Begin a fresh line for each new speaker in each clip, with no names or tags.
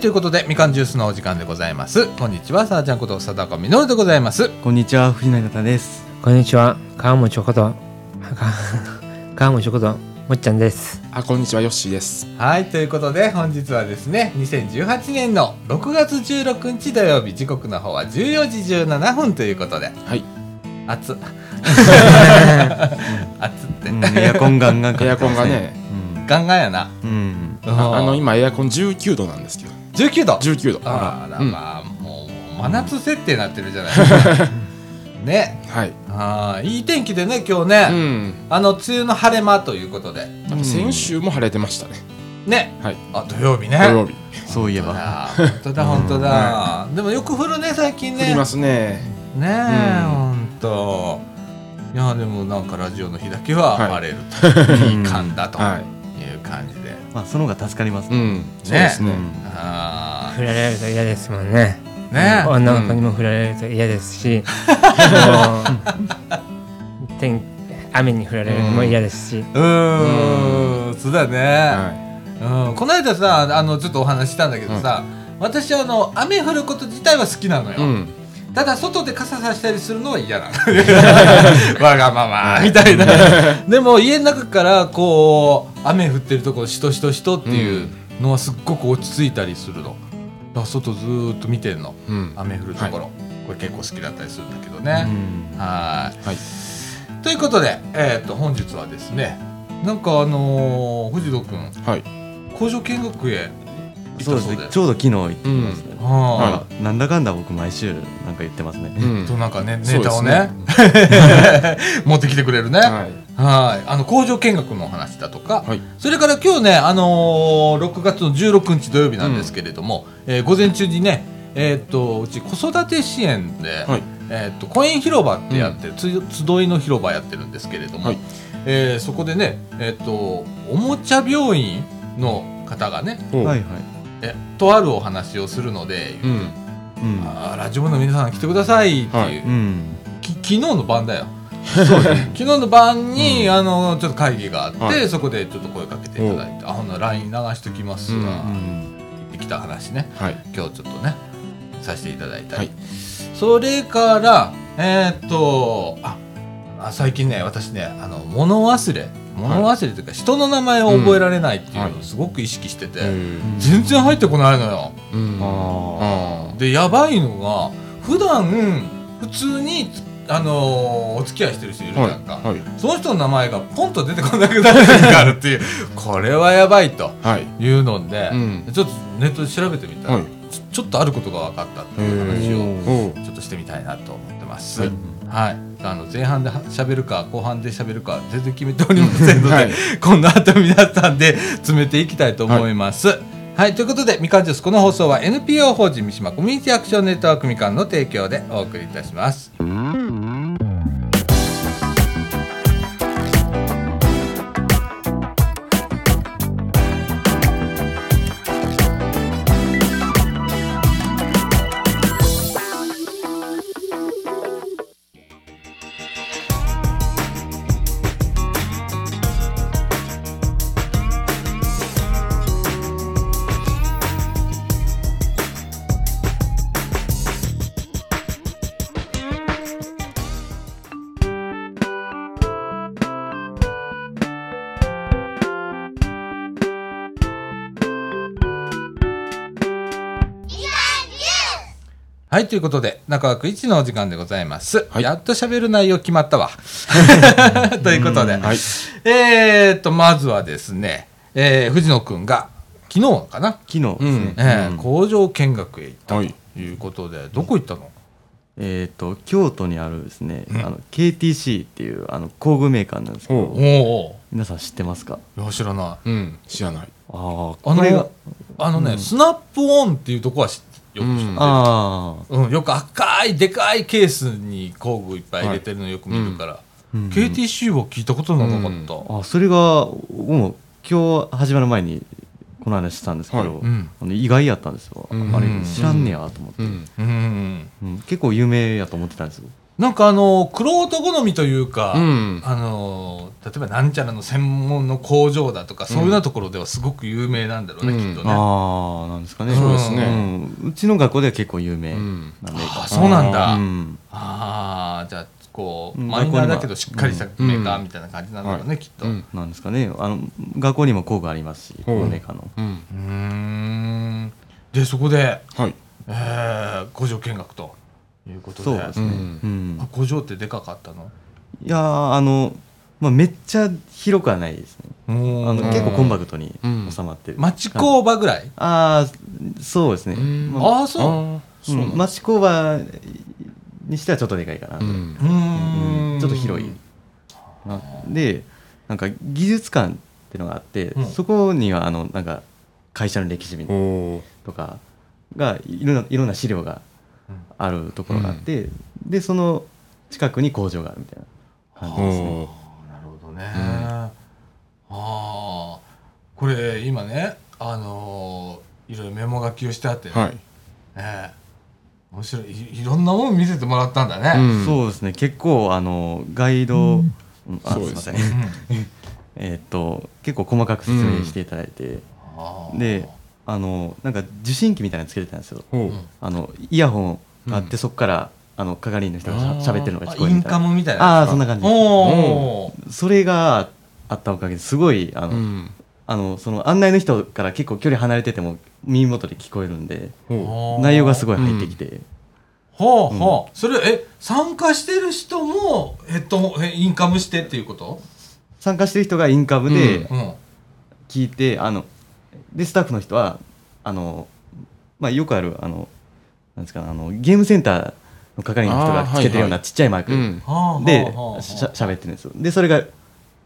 ということでみかんジュースのお時間でございますこんにちはさあちゃんこと貞子みのるでございます
こんにちは、藤成方です。
こんにちは、川本ちょこと、 川本ちょこと、もっちゃんです。
あこんにちはヨッシーです。
はいということで本日はですね2018年の6月16日土曜日時刻の方は14時17分ということで
はい。
暑暑って、
うん、 エアコンガンガンか
エ
け
ア
て
コン
ま
が
す。
ね、
ガンガンやな
うん。
ああの今エアコン19度なんですけど、
19度
19度。
あら
うん
まあ、もう真夏設定になってるじゃない ね
はい。
あーいい天気でね今日ね、
うん。
あの梅雨の晴れ間ということで
なんか先週も晴れてましたね。
ね
はい。
あ土曜日ね
土曜日。
そういえば。
本当だ本当だ、でもよく降るね最近
降り
ね
ますね。
ねえ、
うん
本当いやでもなんかラジオの日だけは
はい
晴れると、
うん
い、い感だと
は
いう感じで、
まあ、その方が助かります
い。う
ね。
ん。そうです
う
ね。
ん。
あ
振られると嫌ですもんね。
あね
女の子にも振られると嫌ですし、もう天雨に降られるのも嫌ですし、
えうーんそうだね、
は
うん、この間さあのちょっとお話ししたんだけどさ、私あの雨降ること自体は好きなのよ、
い。うん。
ただ外で傘さしたりするのは 嫌なのわがままみたいなでも家の中からこう雨降ってるとこしとしとしとっていうのはすっごく落ち着いたりするのだから外ずーっと見てんの
うん。
雨降るところ、これ結構好きだったりするんだけどね、
う
はーい
はい。
ということで、えー、と本日はですねなんかあのー、藤野君
はい。
工場見学へ行っ
ん
た
そ
そううで
で
すす
ね。ちょうど昨日行ってきましたね。
は
まあなんだかんだ僕毎週なんか言ってますね。
う
い
ん
となんかね
そ
ネ
うで
タ
す
をね持ってきてくれるね、
はい。
はい、あの工場見学のお話だとか、
はい。
それから今日ね、あのー6月の16日土曜日なんですけれども、えー午前中にね、えーっとうち子育て支援で、
はい。
えーっと公園広場ってやってる、つ集いの広場やってるんですけれども、
はい
えーそこでね、えーっとおもちゃ病院の方がね、
おう
はいは
えとあるお話をするので、
うん。
い。うん。
あーラジオ部の皆さん来てくださいっていう、
はい
うん。
き昨日の晩だよ 昨日の晩に、あのちょっと会議があって、
はいそ
そこでちょっと声かけていただいて「あほんなら LINE 流しときますが」
う
あ
ん
できた話ね
はい。
今日ちょっとねさせていただいたり、
はい
それからえーっとああ最近ね私ねあの物忘れ物忘れというか、人の名前を覚えられないっていうのをすごく意識してて、
うん。
全然入ってこないのよ。
うん。
あ
あ
でやばいのが普段普通にあのーお付き合いしてる人いる
ー。
じゃ
は
んか、
い。はい。
その人の名前がポンと出てこなくなる時があるっていう これはやばいと
はい。
いうので、
うん
ちょっとネットで調べてみたら、
はい
ちょちょっとあることが分かったって
へ
い
ー
う話
おう
をちょっとしてみたいなと思ってます。は
はいい
あの前半で喋るか後半で喋るか全然決めておりませんので、
はい
この後皆さんで 詰めていきたいと思います。はい、ということで、みかんジュース、この放送は NPO 法人三島コミュニティアクションネットワークみかんの提供でお送りいたします。はい、ということで、中枠一のお時間でございます。
はい
やっと喋る内容決ま ったわ。 ということで、
はい。
えーっと、まずはですね、えー藤野くんが、昨日かな、
昨日ですね。
えー工場見学へ行っ
はい。
たということで、どこ行ったの
えっと、京都にあるですね、
うん
あの KTC っていうあの工具メーカーなんですけ
お
ど、
う
お
皆さん知ってますか
お、いや知らない。
うん。知らない。
ああ、
あ
これが
の。あのね、スナップオンっていうとこは知ってよく知ってる、
ああ。
うん、よく赤いでかいケースに工具いっぱい入れてるのよく見るから、
うん
KTC は聞いたことなかった、
あそれがもう今日始まる前にこの話したんですけど、
はい
うん
あの意外やったんですよ、
うん
あれ知らんねやと思って、
うん。
うん
うん結構有名やと思ってたんですよ、
ねなんかあのくろうと好みというか、
うん
あの例えばなんちゃらの専門の工場だとか、そういうようなところではすごく有名なんだろうね、
うん
きっとね。
ああなんですかね
そうですね
うんうちの学校では結構有名
う
なん
ん
で、
ああそうなんだ。
うん
ああじゃあこう
うん
マイナーだけどしっかりした
ん
メーカーみたいな感じなんだろうね、きっと。
う
うん
なんですかねあの学校にも工具ありますし
ほう
メーカーの
うん
ーんでそこで、
はい
えー、工場見学ということで
そうですね、
う
うん
あ工場ってでかかったの
いやーあの、まあ、めっちゃ広くはないですね
あ
あの
の
うん
結構コンパクトに
うん
収まってる、
町工場ぐらい、
ああそうですね、
うん
まあ
ああそう
あーそううんなんだ
町工場にしてはちょっとでかいかなと、
うん
う
う
ー
ん
ん
ちょっと広いなでなんか技術館っていうのがあって、
うん
そこにはあのなんか会社の歴史み
おお
とかがいろんないろんな資料があるところがあって、でその近くに工場があるみたいな感じですね。
お
なるほどね、
ん
ああこれ今ねあのーいろいろメモ書きをしてあって、
ーはい
ね面白いいいろんなもの見せてもらったんだね、
うん
そうですね結構あのガイド、うんあす
そう
い
で
ますせ
ね
ん、
うん
えーっと結構細かく説明していただいて、
あー
であのなんか受信機みたいなのつけてたんですよ
ほう
うん
あのイヤホンがあって、
うん
そこからあの係員の人がしゃ
あー
喋ってるのが
あ
聞こ
イ
えるみ
ン
たいな
カムみたいな
ああーそんな感じです
おー
それがあったおかげですごいあの、
うん
あのその案内の人から結構距離離れてても耳元で聞こえるんで
ほ
おー
内容がすごい入ってきて、
ほうほう、それえ参加してる人もヘッドホンえインカムしてっていうこと、
参加してる人がインカム
う
で
うん、
聞いて、あのでスタッフの人はあの、まあ、よくあるあのなんですかねあのゲームセンターの係の人がつけてるよう
あーはいは
ないちっちゃいマーク
ううん
はあ
で
はあはあ
しゃ喋ってるんですよでそれが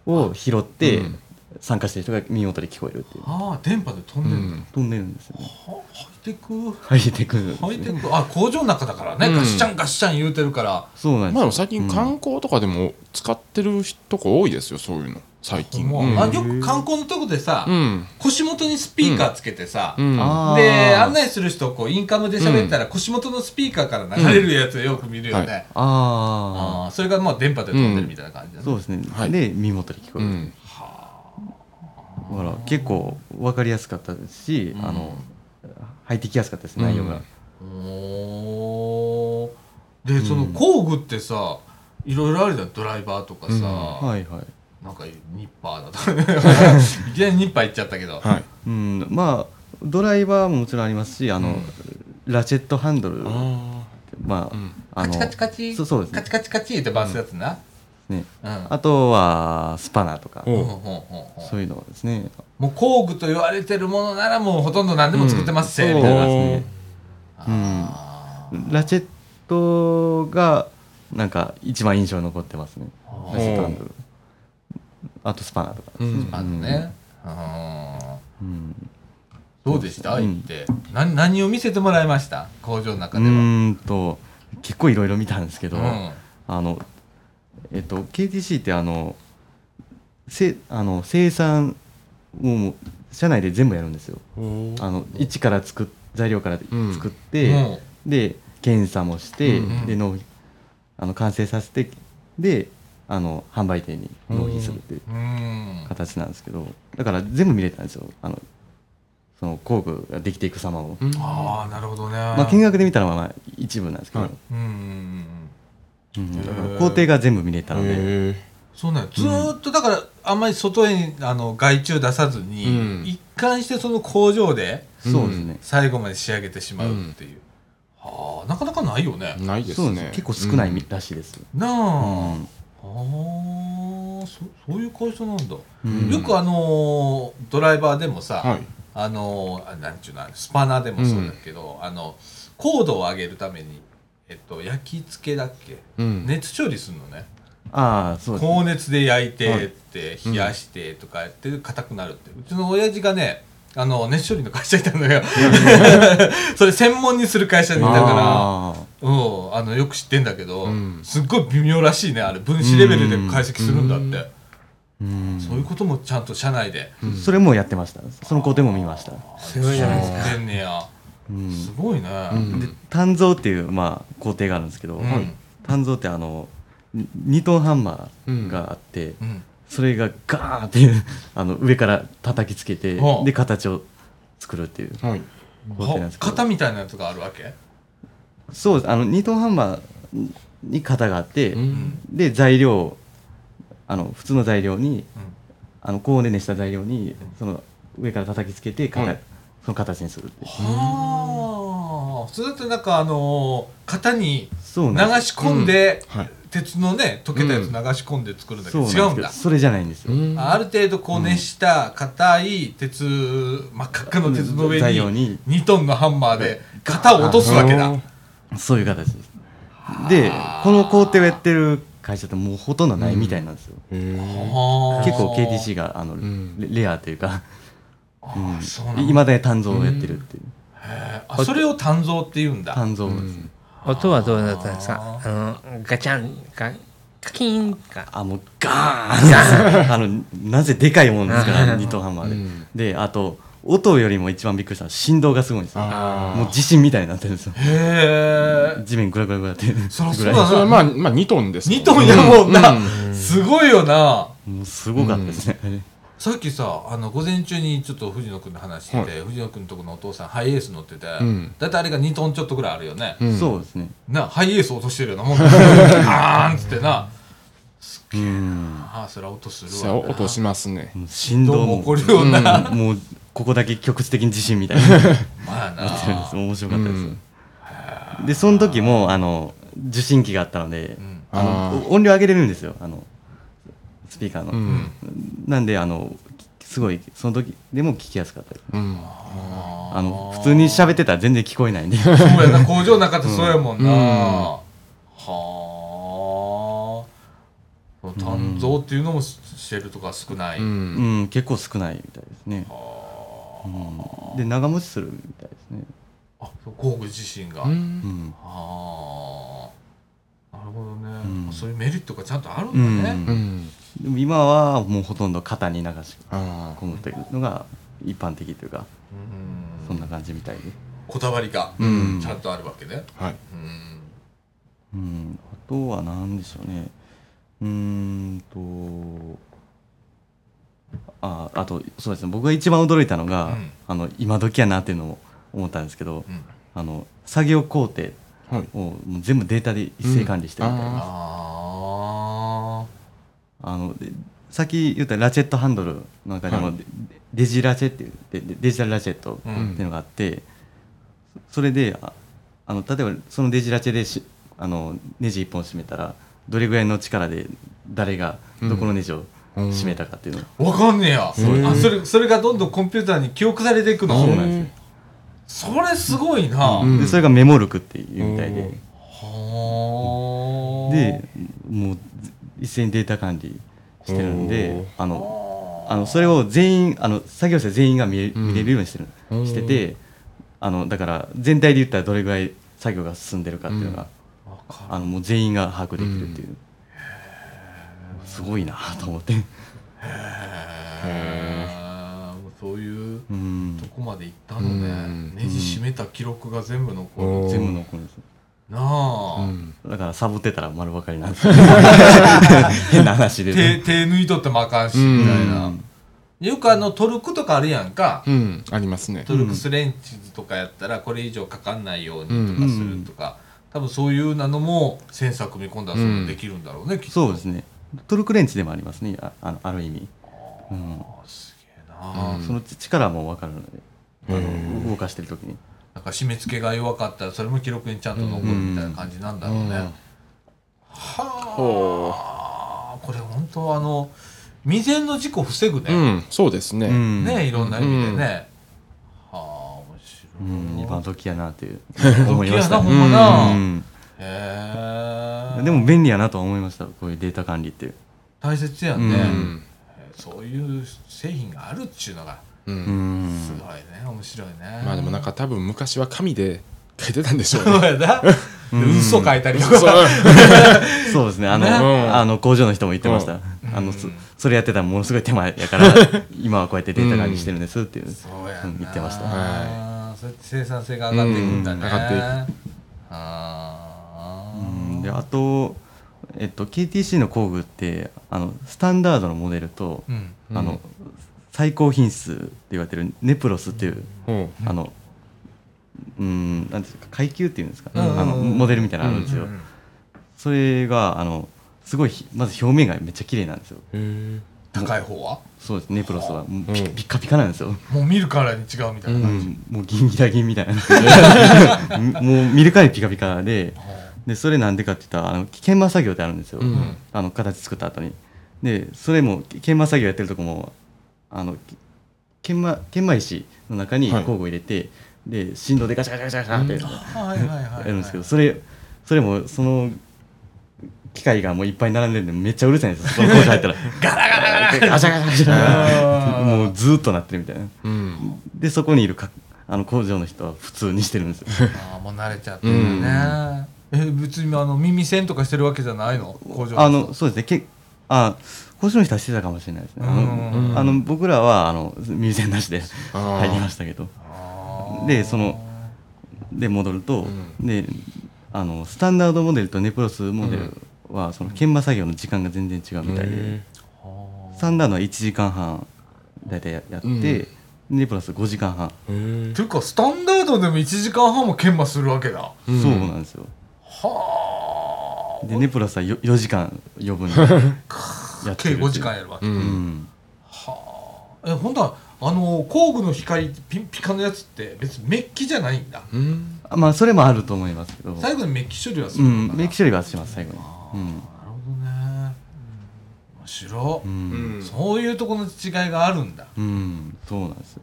を拾って
うん
参加してる人が耳元で聞こえるっていう
あー電波で飛んでるんだ、
飛んでるんですよね
はハイテク
入ってくるんです
ハイテ
ね
クあ工場の中だからね、
うん
ガッシャンガッシャン言うてるから
そうなん
まあで
で
も
す
最近
うん
観光とかでも使ってるとこ多いですよそういうの最近
もう、
うん
あよく観光のとこでさ、
うん
腰元にスピーカーつけてさ、
うん
あー
で案内する人をこうインカムで喋ったら腰元のスピーカーから流れるやつをよく見るよね、
うんは
あ
あーそれがまあ電波で飛んでるみたいな感じだ
あ
ね、
そうですね
はい
で耳元で聞こ
う
える
ん
ほら結構分かりやすかったですし、あの入ってきやすかったですね内容が、
おーでその工具ってさ、いろいろあるじゃんドライバーとかさ、
はいはい、
なんかニッパーだと かねいきなりニッパーいっちゃったけど、
はい
うん、まあドライバーももちろんありますしあの、ラチェットハンドル
あ
まあ、
うん
あ
カ
の
チカチカチ
そうそうですね
カチカチカチってバースやつな、
ね
うん
あとはスパナーとか
ほ
おう
うほうほうほ
そういうのですね
うもう工具と言われてるものならもうほとんど何でも作ってますせ、
そう
みたいな
で
あ
すね、
ー
うん、ラチェットがなんか一番印象に残ってますね
あ
ラチェットハンドルあとスパナーとかですね、
あのね、うん
うん
どうでした、
うん
行って何何を見せてもらいました工場の中
う
では、
ーんと結構いろいろ見たんですけど、
うん
あのえっと KTC ってあのせあの生産をもう社内で全部やるんですよ
お
あの一から作っ材料から
うん
作って、
うん
で検査もして、
うん
うん
で納あの完成させてであの販売店に納品するっていう
うん
形なんですけどだから全部見れたんですよあのその工具ができていく様を、
ああなるほどね、
まあ、見学で見たのはまあ一部なんですけど、
はい
うんうんうん
うんだから
へー
工程が全部見れたので。
へえ
そうねずーっとだからあんまり外にあの外注出さずに、
うん
一貫してその工場で
そうですね。
最後まで仕上げてしまうっていう、はあなかなかないよね、
ないで
そ
す
うです
ね
結構少ないみ
う
らしいです。
な
う
あ、
ん。
ああそそういう会社なんだ、
うん
よくあのードライバーでもさ、
んはい
あのーあなんちゅうのあれスパナでもそうだけど、あの高度を上げるために、えっと、焼き付けだっけ
うん
熱処理するのね、
ああ、そうですね。
高熱で焼いてって冷やしてとかやって硬くなるってうちの親父がねあの熱処理の会社いたのよ それ専門にする会社にいたから
あー
うんあのよく知ってんだけど、
うん
すっごい微妙らしいねあれ分子レベルで解析するんだって、
うん
そういうこともちゃんと社内で
それもやってました。その工程も見ました。
すごいじゃないですか
知ってんねや
うん
すごいね、
うん
で、鍛造っていうまあ工程があるんですけど
うん、
鍛造ってあの2トンハンマーがあって、それがガーンって あの上から叩きつけて、
はあ
で形を作るっていう
はい。
工程なんですけど
型みたいなやつがあるわけ
そうですあの2トンハンマーに型があって、
うん。
で材料をあの普通の材料に、
うん
あの高温で熱した材料に、その上から叩きつけて型、
はい
その形にするっていう
はあそれってなんかあのー型に
そう
流
なんです
し込んで、
はい。
鉄のね溶けたやつ流し込んで作るんだけ
そう
ど、
なんです
違うん
けど
だ
それじゃないんですよ、
うん
ある程度こう熱した硬い鉄真っ赤っかの鉄の上
材料
に
に
2トンのハンマーで型を落とすわけだ
うん
そういう形ですでこの工程をやってる会社ってもうほとんどないみたいなんですよ、
へ
結構
が
KTC があの、
ん
レレアというか
あーそうなんだ
いま、未だに鍛造をやってるっていう
あそれを鍛造って言うんだ
鍛造です、
音はどうだったんですかあのガチャンかカキーンか
あもうガーンあのなぜでかいもんですから二トンハンマーで、
うん
であと音よりも一番びっくりしたのは振動がすごいんですよ
あー
もう地震みたいになってるんですよ
へえ
地面グラグラグラって
そりゃそう
ぐらい
だ
それはまあ、まあ、2トンです
2トンやもんな、
うん
すごいよな
もうすごかったですね、
さっきさあの午前中にちょっと藤野君の話してて、藤野君のとこのお父さんハイエース乗ってて、
うん
だいたいあれが2トンちょっとぐらいあるよね、
うん
そうですね
なハイエース落としてるようなも んだあーんっつってな
うん
ああそれは音する
そう
わ
落としますね。
もう振動
どうも
も
起こるような、ま
もうここだけ局地的に地震みたいにな ってるんで
あな
す面白かったです、
うん
でその時もあの受信機があったので、
ん
あ
あ
の音量上げれるんですよあのスピーカーの、
うん。
なんであのすごいその時でも聞きやすかったです
うん。
あの普通に喋ってたら全然聞こえないんで
そうやな工場なかったらそうやもんな、
うんうん
はあ鍛造っていうのもしてるとか少ない、
うん
うん結構少ないみたいですね、うんで長持ちするみたいですね、
あ工具自身が、
うん
うん
ああなるほどね、
うん
そういうメリットがちゃんとあるんだね、
う
うん
でも今はもうほとんど肩に流し
あ
込むというのが一般的というか
うん
そんな感じみたいで、
こだわりが
うん
ちゃんとあるわけね、
あ。はい。
うん
うん、あとは何でしょうねうーんとああとそうですね僕が一番驚いたのが、
うん
あの今時やなっていうのも思ったんですけど、
うん
あの作業工程
はい。
をもう全部データで一斉管理してるみたいな、
うん
あ
あ
のでさっき言ったラチェットハンドルの中でも、
はい
デデジラチェっていうデデデジタルラチェットって
あ、う
いうんのがあって、そそれでああの例えばそのデジラチェでしあのネジ一本締めたらどれぐらいの力で誰がどこのネジを
うん
締めたかっていうの、
わかんねえや
う
あそれそれがどんどんコンピューターに記憶されていくの
そうなんですよ
それすごいな、
うん
でそれがメモ力っていうみたいで、
うん
はあ
でもうず一斉にデータ管理してるん
おー
であのあのそれを全員あの作業者全員が見れ,、
うん
見れるようにしてる
うん
しててあのだから全体で言ったらどれぐらい作業が進んでるかっていうのが、
わかる
あのもう全員が把握できるっていう、すごいなと思って
へえもうそういう
うん
とこまで行ったのね、
うん
ネジ締めた記録が全部残る、
おー
全部残るんですよ
なあ、
うん
だからサボってたら丸ばかりなんですよ変な話で
手
ね
手抜いとってもあかんし
うん
みたいな、よくあのトルクとかあるやんか、
うん。ありますね。
トルクスレンチとかやったらこれ以上かかんないようにとかするとか、多分そういうなのもセンサー組み込んだらそういうのできるんだろうね、きっと
そうですねトルクレンチでもありますねああのある意味、うん
あすげえな、
うん
その力も分かるのであ
へ
の動かしてる時に
なんか締め付けが弱かったらそれも記録にちゃんと残るみたいな感じなんだろうね、
うん
は
ほ
あこれ本当あの未然の事故防ぐね、
うん。そうです
う
ね。
ん
ねいろんな意味でね、
うん
はあ面白
う
い、
ん今時やなっていう
ド
思
ッキ
い
リ
ま
や
し
な
た
ほ
ね
んまな、
うん
へえ
でも便利やなとは思いましたこういうデータ管理っていう
大切やんね、
うん。
そういう製品があるっちゅうのが
う。
うんん
すごいね、面白いね
まあでもなんか多分昔は紙で書いてたんでしょう
そう
ね。
やな嘘書いたりと
そう
か
そうですね、あの、
ね
うん
あの工場の人も言ってました。あの、そそれやってたらものすごい手前や から、今はこうやってデータ管理してるんですっていう。
そうやな、
うん言ってました
はいそうやって生産性が上がっていくんだね、
うん上がってい
あー
うんであと、えっと、KTC の工具ってあのスタンダードのモデルと、
うん
あの最高品質って言われてるネプロスっていう、
うん
あのうんなんていうか階級っていうんですか、
うん
あのモデルみたいなのあるんですよ、それがあのすごいひまず表面がめっちゃ綺麗なんですよ
へ
高い方は
そうですネプロスはもう
うん
ピピッカピカなんですよ、
もう見るからに違うみたいな
う
感じ、
んもうギンギラギンみたいなもう見るからにピカピカででそれなんでかって言ったらあの研磨作業ってあるんですよ、
うん
あの形作った後にでそれも研磨作業やってるとこもあの研磨研磨石の中に
はい
工具を入れて、で振動でガチャガチャガチャガチャって
はいはいはいはい、
やるんですけどそれそれもその機械がもういっぱい並んでるんでめっちゃうるさいん ですよその工場入ったらガチャガチャガチャ
あー
もうずーっとなってるみたいな
うん
でそこにいるかあの工場の人は普通にしてるんですよ
あーもう慣れちゃってるよね、え別にあの耳栓とかしてるわけじゃないの工場
あのそうですねけあ工場の人はしてたかもしれないですねあ
うん
のあの僕らはあの入選なしで
あー
入りましたけど
あー
でそので戻ると、
う
であのスタンダードモデルとネプロスモデルは、その研磨作業の時間が全然違うみたいで、
へ
あー
スタンダードは1時間半大体ややって、ネプロス5時間半、
え
ていうかスタンダードでも1時間半も研磨するわけだ
うん
そうなんですよ
は
でネプロスは 4, 時間余分にや
あ
って
計
る
5時間やるわけ、
う
うんん
はあえほんとはあの工具の光ピンピカのやつって別にメッキじゃないんだ
うん
あまあそれもあると思いますけど
最後にメッキ処理はす
う
るの
ん
かな、
メイキ処理はします最後に
あ
う
ー
ん
なるほどね面白
う
い、
ん、
そういうところの違いがあるんだ
うん、そうなんですよ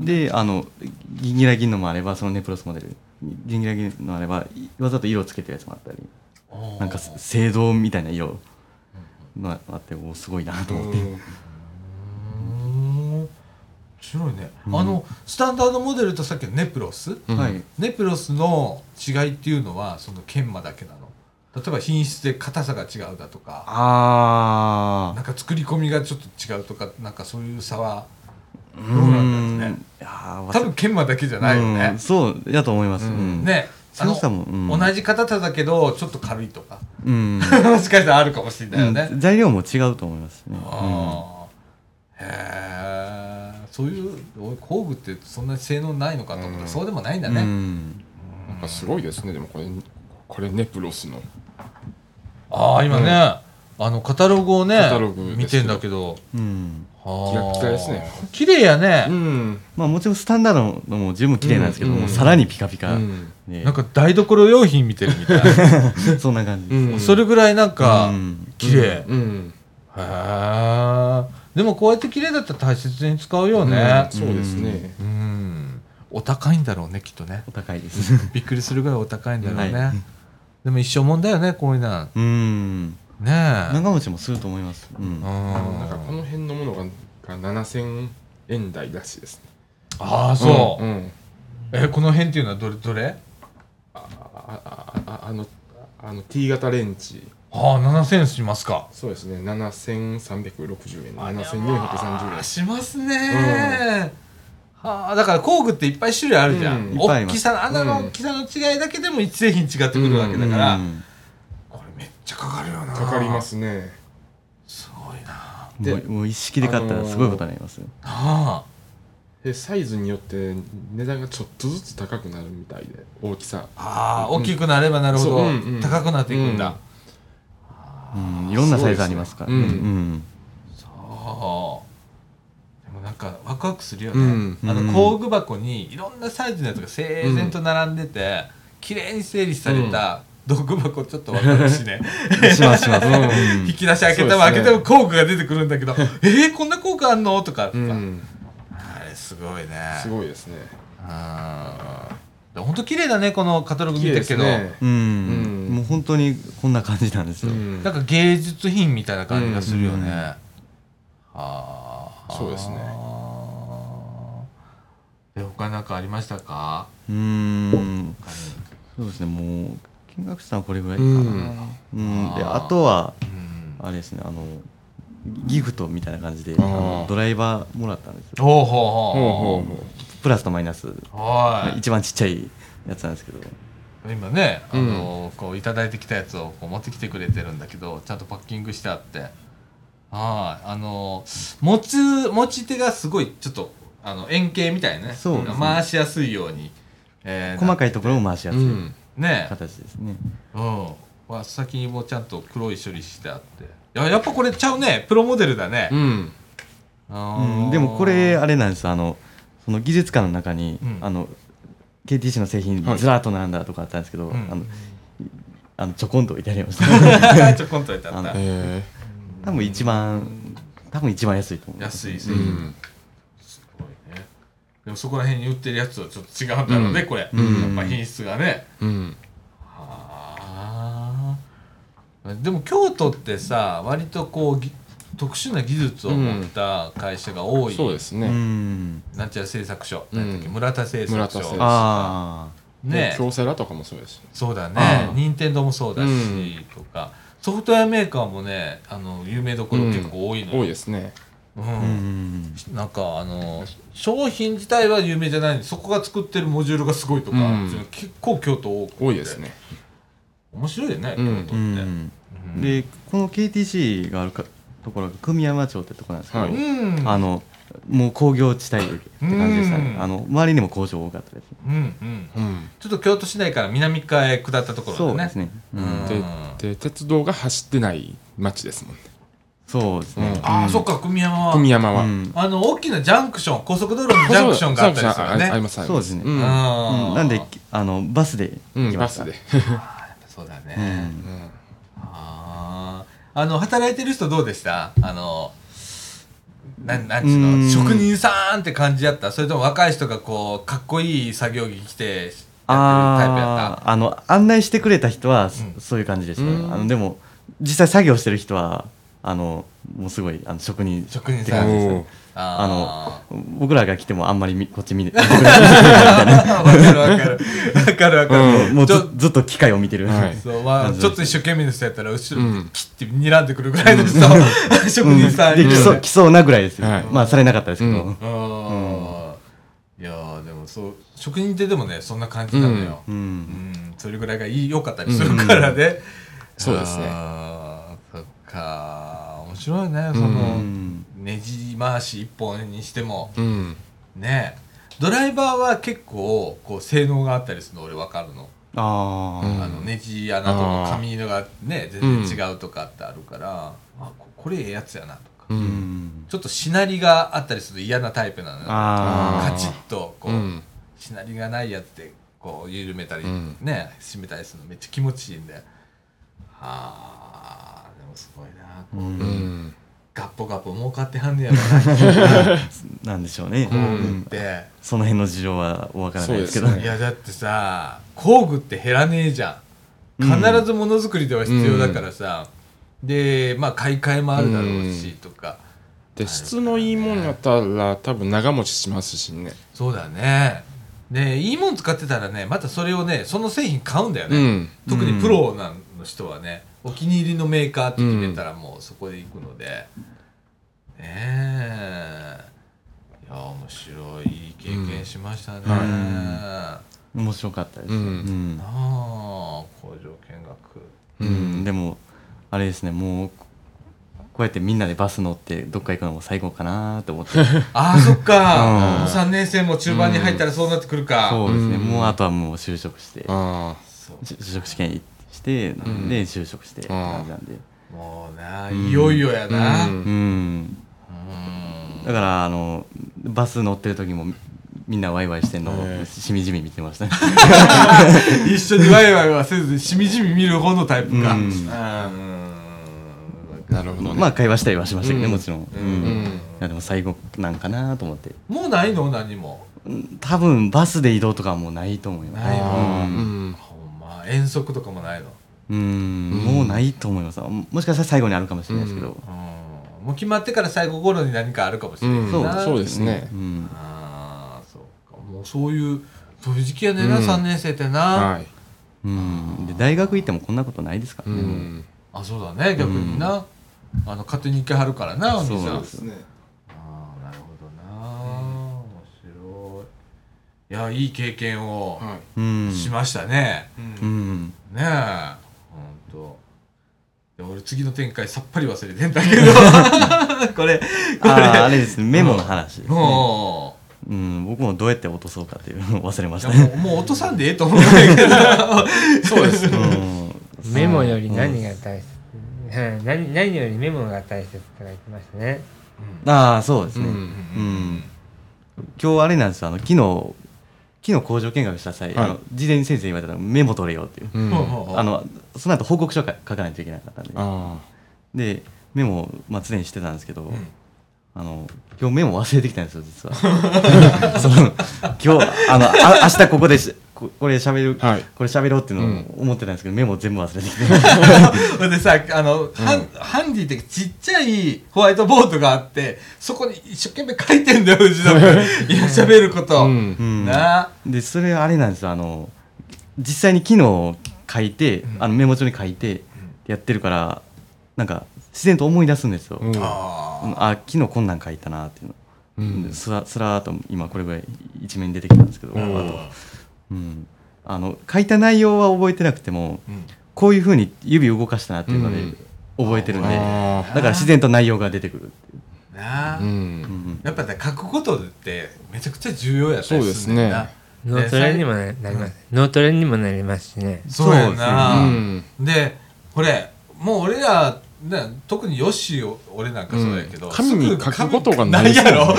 であのギンギラギンのもあればそのネプロスモデルギンギラギンのあればいわざと色をつけてるやつもあったりなんか青銅みたいな色まああっておすごいなと思って、
面白いね、
うん
あのスタンダードモデルとさっきのネプロス
うん
はい
ネプロスの違いっていうのはその研磨だけなの例えば品質で硬さが違うだとか
あ
な
あ
んか作り込みがちょっと違うとかなんかそういう差は
ど
どうなんですね
いやー
多分研磨だけじゃないよ
う
ね
ん、そうやと思います、
う
うんん、
ねあ
強さもう
の
ん
同じ硬さだけどちょっと軽いとか
う ん、
もしかしたらあるかもしれないよね
うん材料も違うと思いますしね、うん
あーへえそういうお工具ってそんなに性能ないのかと思ったら、
うん
そうでもないんだ
う
ね、
ん
なんかすごいですねでもこれこれネプロスの
ああ今ね、あのカタログをね
カタログ
見
で
て
すけど
んだけど
うん
あー
キラキラですね
綺麗やね、
ん
まあもちろんスタンダードのも十分綺麗なんですけど、
うん
もうさらにピカピカ、
うん
ね
なんか台所用品見てるみたい
そんな感じです、
なそれぐらいなんか
うん
綺麗、
うん
へえでもこうやって綺麗だったら大切に使うよね
うんそうですね
うん、お高いんだろうねきっとね
お高いです。
びっくりするぐらいお高いんだろうね、
はい
でも一生もんだよねこういうなん
うん。
ねえ
長持ちもすると思います。うん。
なんかこの辺のものがが7000円台らしいですね
ああそう、
うん
えこの辺っていうのはどれどれ
あああああのあの T 型レンチ
ああ7000しますか
そうですね7360円7430円
しますねはあだから工具っていっぱい種類あるじゃん、
うん
いっ
大
ぱいあります
きさ穴の大きさの違いだけでも一製品違ってくるわけだから、
うん
これめっちゃかかるよな
かかりますね
すごいなあ
で
もうもう一式で買ったらすごいことになりますよ。
あ
でサイズによって値段がちょっとずつ高くなるみたいで大きさ
ああ大きくなればなるほど、
そううんうん
高くなっていくんだ、
うん
うん。いろんなサイズありますからね。
そう
う
ですね
ん。
そうでもなんかワクワクするよね、
うん
あ
う
の
ん
工具箱にいろんなサイズのやつが整然と並んでて、綺麗に整理された道具箱ちょっとワクワクし ね、
しますします。うん
引き出し開けても
そう
開
です
け
ね
ても工具が出てくるんだけど、 えー、こんな工具あんのとか、
うん
あれすごいね
すごいですね
うんほんと綺麗だねこのカタログ見
綺麗
て
で
るけ
す
ど、
ね
うん
うん
もう本当にこんな感じなんですよ。
なんか芸術品みたいな感じがするよね、はあ
そうですね
え他なんかありましたか
うん。そうですね。もう金額したのはこれぐらいか
う
な。
ん
うん。で
あー
あとは
うん
あれですね。あのギフトみたいな感じであ
ー
のドライバーもらったんですよ。
ほうほう
ほう
ほ
ほうほ
プラスとマイナス。
うはい
一番ちっちゃいやつなんですけど。
へ今ね、あのこういただいてきたやつをこう持ってきてくれてるんだけどちゃんとパッキングしてあってはいあの持つ持ち手がすごいちょっとあの円形みたいなね
そうですね
回しやすいように、えー
細かいところも回しやすい
うん
ね
形ですね、
うんわ先にもちゃんと黒い処理してあっていややっぱこれちゃうねプロモデルだね、
うん
あー
うん、でもこれあれなんですあのその技術館の中に、
うん
あの KTC の製品
はい
ずらっと並んだとかあったんですけど、
うん
あのあのちょこんと置いてありました
ちょこんと置いてあっ
あ
た
の
え
多分一番多分一番安いと思う
安い
え
安
う
い、
ん
すごいねでもそこら辺に売ってるやつとはちょっと違うんだろうね、
うん
これ、
うん
やっぱ品質がね、
うん
はあでも京都ってさ割とこうぎ特殊な技術を持った会社が多い、
そうです
う
ね
ん
なんちゃら製作所、
うん
なんだっけ村田製作所
村田製作所
あ
ね
京セラとかもそうです
そうだね
ああ
任天堂もそうだし、
うん
とかソフトウェアメーカーもねあの有名どころ結構多いのよ、
多いですね
うん
あうん
なんかあの商品自体は有名じゃないのにそこが作ってるモジュールがすごいとか、
うん
っていうの結構京都多くて
多いですね
面白いよね、
うん
京
う
都って、
ん
うん
でこの KTC があるかところが久美山町ってとこなんですけど、
は
う
い
ん
あのもう工業地帯って感じでしたね
うん
あの周りにも工場多かったです
うんうん
うん
ちょっと京都市内から南側へ下ったところだね
そうですね、うん
うん
でで鉄道が走ってない町ですもんね
そうですね、
うん
ああ、そっか久美山は
久美山は
うん
あの大きなジャンクション高速道路のジャンクションがあったりするよね
あありますあり
そう
ま
ですね
うん
ん
うんなんであのバスで
う
行
ん
き
バ
まし
ス
た、
で
そうだね、
うん
うん
あーあの働いてる人どうでしたあのなんなんちゅう
う
の
ん
職人さんって感じやったそれとも若い人がこうかっこいい作業着着てやってるタイプやっ
あーあの案内してくれた人は、そ
うん
そういう感じでしたね、
うん
あのでも実際作業してる人はあのもうすごいあの職人
た職人
って
さ
感
ん
じ
です
でした
ね
ねあ
あ
の僕らが来てもあんまりみこっち 見見てくれ
あ わかるわかるわかるわか
ない
る
もう
ち
ず
ょ
ずっと機械を見てる、
はい
そうまあ、
感じ
ち
で
ょっと一生懸命の人やったら後ろ
う
に
ん
切って睨んでくるぐらいの人、 職人さん
で
いる
来
よ
そう
ね
来そうなぐらいですよ、
はい
まあされなかったですけど、
う
あーいやーでもそう職人ってでもねそんな感じなのよ、
う
うんん、それぐらいがいい良かったりするからね、
そうですね
あーそっか面白いねそうの、
ん
ねじ回し一本にしても
うん
ねドライバーは結構こう性能があったりするの俺分かるの,、
ああ、
うん
あのネジ穴と
あ
か
ー
髪のがね全然違うとかってあるから、あここれええやつやなとか、
う
うんん、
ちょっとしなりがあったりすると嫌なタイプなのよ
あ
カ
ー
チッとこ
う
う、
ん
しなりがないやつでこう緩めたり、
うん
ね締めたりするのめっちゃ気持ちいいんではあでもすごいな
あ、うん
うん
ガッポガッポ儲かってはんねやろな
なんでしょうね、
工
ん
具って、
その辺の事情はわからないですけど
そうで
いやだってさ工具って減らねえじゃん必ずものづくりでは必要だからさ、でまあ買い替えもあるだろうし、
うん
とか
で質のいいもんやったら多分長持ちしますしね
そうだねでいいもん使ってたらねまたそれをねその製品買うんだよね、
うん
特にプロなんの人はね、お気に入りのメーカーって決めたらもうそこで行くので、ねえいや面白いいい経験しましたね、
うんはい
な
面白かったです、
うん
うん
あ工場見学
うんでもあれですねもうここうやってみんなでバス乗ってどっか行くのも最後かなと思 って
ああそっか、
うん
もう3年生も中盤に入ったらそうなってくるか、
そうですね、
うん
もうあとはもう就職して
あ
そう
就就職試験して、
ん
で就職してって感じなんで
もうないよいよやな、
う
うん
ん
だからあのバス乗ってる時もみんなワイワイしてんの
へ
を
え
しみじみ見てましたね
一緒にワイワイはせずしみじみ見る方のタイプか、
うん
うん
あなるほど ね
まあ会話したりはしましたけどね、
うん
もちろん、うん
う
い
ん
やでも最後なんかなと思って
もうないの何も
うん多分バスで移動とかはもうないと思います
ない
あ
わ
ーうん
ほんま遠足とかもないの
うん、もうないと思いますもしかしたら最後にあるかもしれないですけど、
うんもう決まってから最後頃に何かあるかもしれないな、
うんそうですね
うん
ああそうかもうそういうそういう時期やねんな、
うん
3年生ってな、
はい
うん、で大学行ってもこんなことないですから
う
ね、
ん
あそうだね逆にな、あの勝手に行けはるからなお兄
そう
さ
なん
ん
です
ね
ああなるほどな面白いいやいい経験を
はい
うん
しましたね、
う
う
ん
ん
ねえほんとで俺次の展開さっぱり忘れてんだけどこれこ
あ
れ
ーあれですねメモの話ですね
も
うん、僕もどうやって落とそうかっていうのを忘れま
う
し
い
た
やも
ね。
うもう落とさんでええと思うんだけどそうです
うん
メモより何が大切、うん何何よりメモが大切とか言ってましたね。
ああ、そうです
う
ね。
ん
うん今日あれなんですよ、あの昨日、昨日工場見学した際、
はい
あの事前に先生に言われたらメモ取れよっていう。
うん
あのその後報告書書か書かないといけなかったんで。
あ
で、メモを、まあ、常にしてたんですけど、
ん
あの今日メモ忘れてきたんですよ、実は。 その今日、あのあ明日ここでしここれ喋る、
はい
これ喋ろうっていうのを思ってたんですけど、メモ全部忘れてきて。
それでさあの、ハンハンディってちっちゃいホワイトボードがあってそこに一生懸命書いてんだようちの子いや喋ること、
うん
うん
なあ
でそれあれなんですよあの実際に機能書いて、あのメモ帳に書いてやってるからなんか自然と思い出すんですよ、
うん
あー
あ昨日こんなん書いたなっていうの、
うん
すらすらーっと今これぐらい一面に出てきたんですけど、
うん
あと、うん、あの書いた内容は覚えてなくても
うん
こういうふうに指動かしたなっていうので
うん
覚えてるんで、
あ
だから自然と内容が出てくるっていう
なあ、
ーうん
うん
やっぱね書くことってめちゃくちゃ重要やったりするんだよな
脳トレにもななります、脳トレにもなりますしね。
そうやな
う
で,、
ん
これもう俺らね特にヨッシーを俺なんかそうやけど、
うん紙に書くことが
な
ないい
や ろ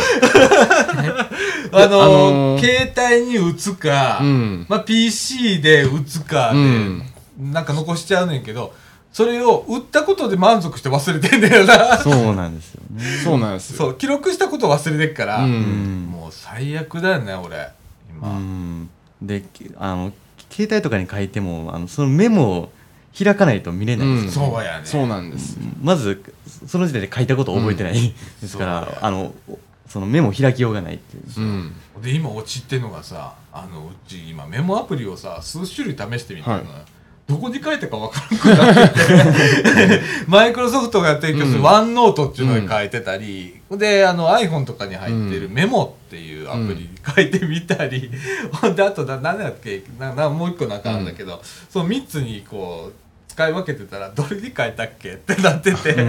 あの、
あのー
携帯に打つか、
うん
まあ、PC で打つかで、
うん
なんか残しちゃうねんけどそれを打ったことで満足して忘れてんだよな
そうなんですよね、
そうなんです
そう記録したこと忘れてっから、
う
うんん
もう最悪だよね俺
う
今、
んできあの携帯とかに書いてもあのそのメモを開かないと見れないんですよ、
そうやね
そうなんです
まずその時点で書いたことを覚えてない、ですから
そう
あのそのメモを開きようがないっていう
うん
で今陥ってんのがさあのうち今メモアプリをさ数種類試してみたのよ、
は
どこに書いたか分からなくなっててマイクロソフトが提供す
う
る
ん
ワンノートっていうのに書いてたり、であの iPhone とかに入ってるメモっていうアプリに書いてみたり、ほんであとな何だっけななもう一個なんかあるんだけど、その3つにこう使い分けてたらどれに書いたっけってなってて
ん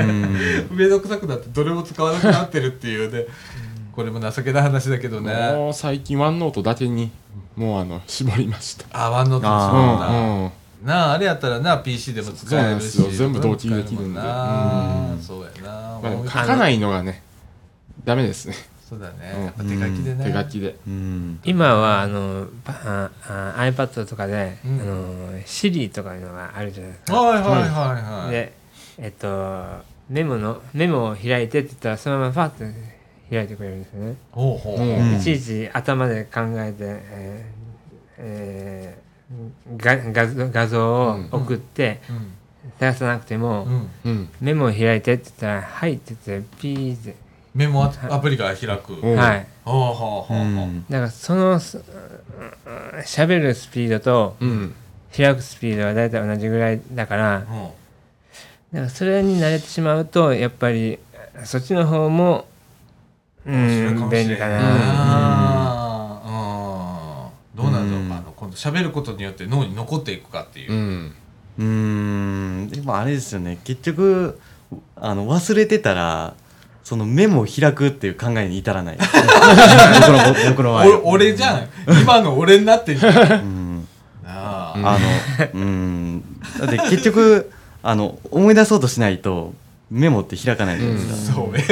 めんどくさくなってどれも使わなくなってるっていうねこれも情けない話だけどね。
もう最近ワンノートだけにもうあの絞りました
あワンノートもそ
あ
うだな、
うんうん
なああれやったらな PC でも使えるし
そうなんですよ全部同期できるんで
なそうやな、
まあでも書
か
かないのがねダメですね
そうだね、
うん
やっぱ手書きでね
手書きで
うん
今はあのばああ iPad とかで、
うん
あの Siri とかいうのがあるじゃないですか。
はいはいはいはい
でえっとメモのメモを開いてって言ったらそのままパッと開いてくれるんですよね。
ほうほう、
うん
いちいち頭で考えて、えーえーが画像画像を送って探さなくても、
うんうん
うん
メモを開いてって言ったら「はい」って言ってピーって、
メモアアプリが開く、
うん
はい
ほうほうほうほう、
だからそのす喋るスピードと
うん
開くスピードは大体同じぐらいだからだか
うん
らそれに慣れてしまうとやっぱりそっちの方もう
面白い
ん
もしれ
便
ん
利かな、
なうんどうなんだろう
うん
あの今度喋ることによって脳に残っていくかっていう、
うん
うんでもあれですよね結局あの忘れてたらそのメモを開くっていう考えに至らない 僕の僕僕の場合
お俺じゃん今の俺になってるな
うん
あ、
あの、うん、だって結局、あの、思い出そうとしないと、メモって開かないじゃないです
そうね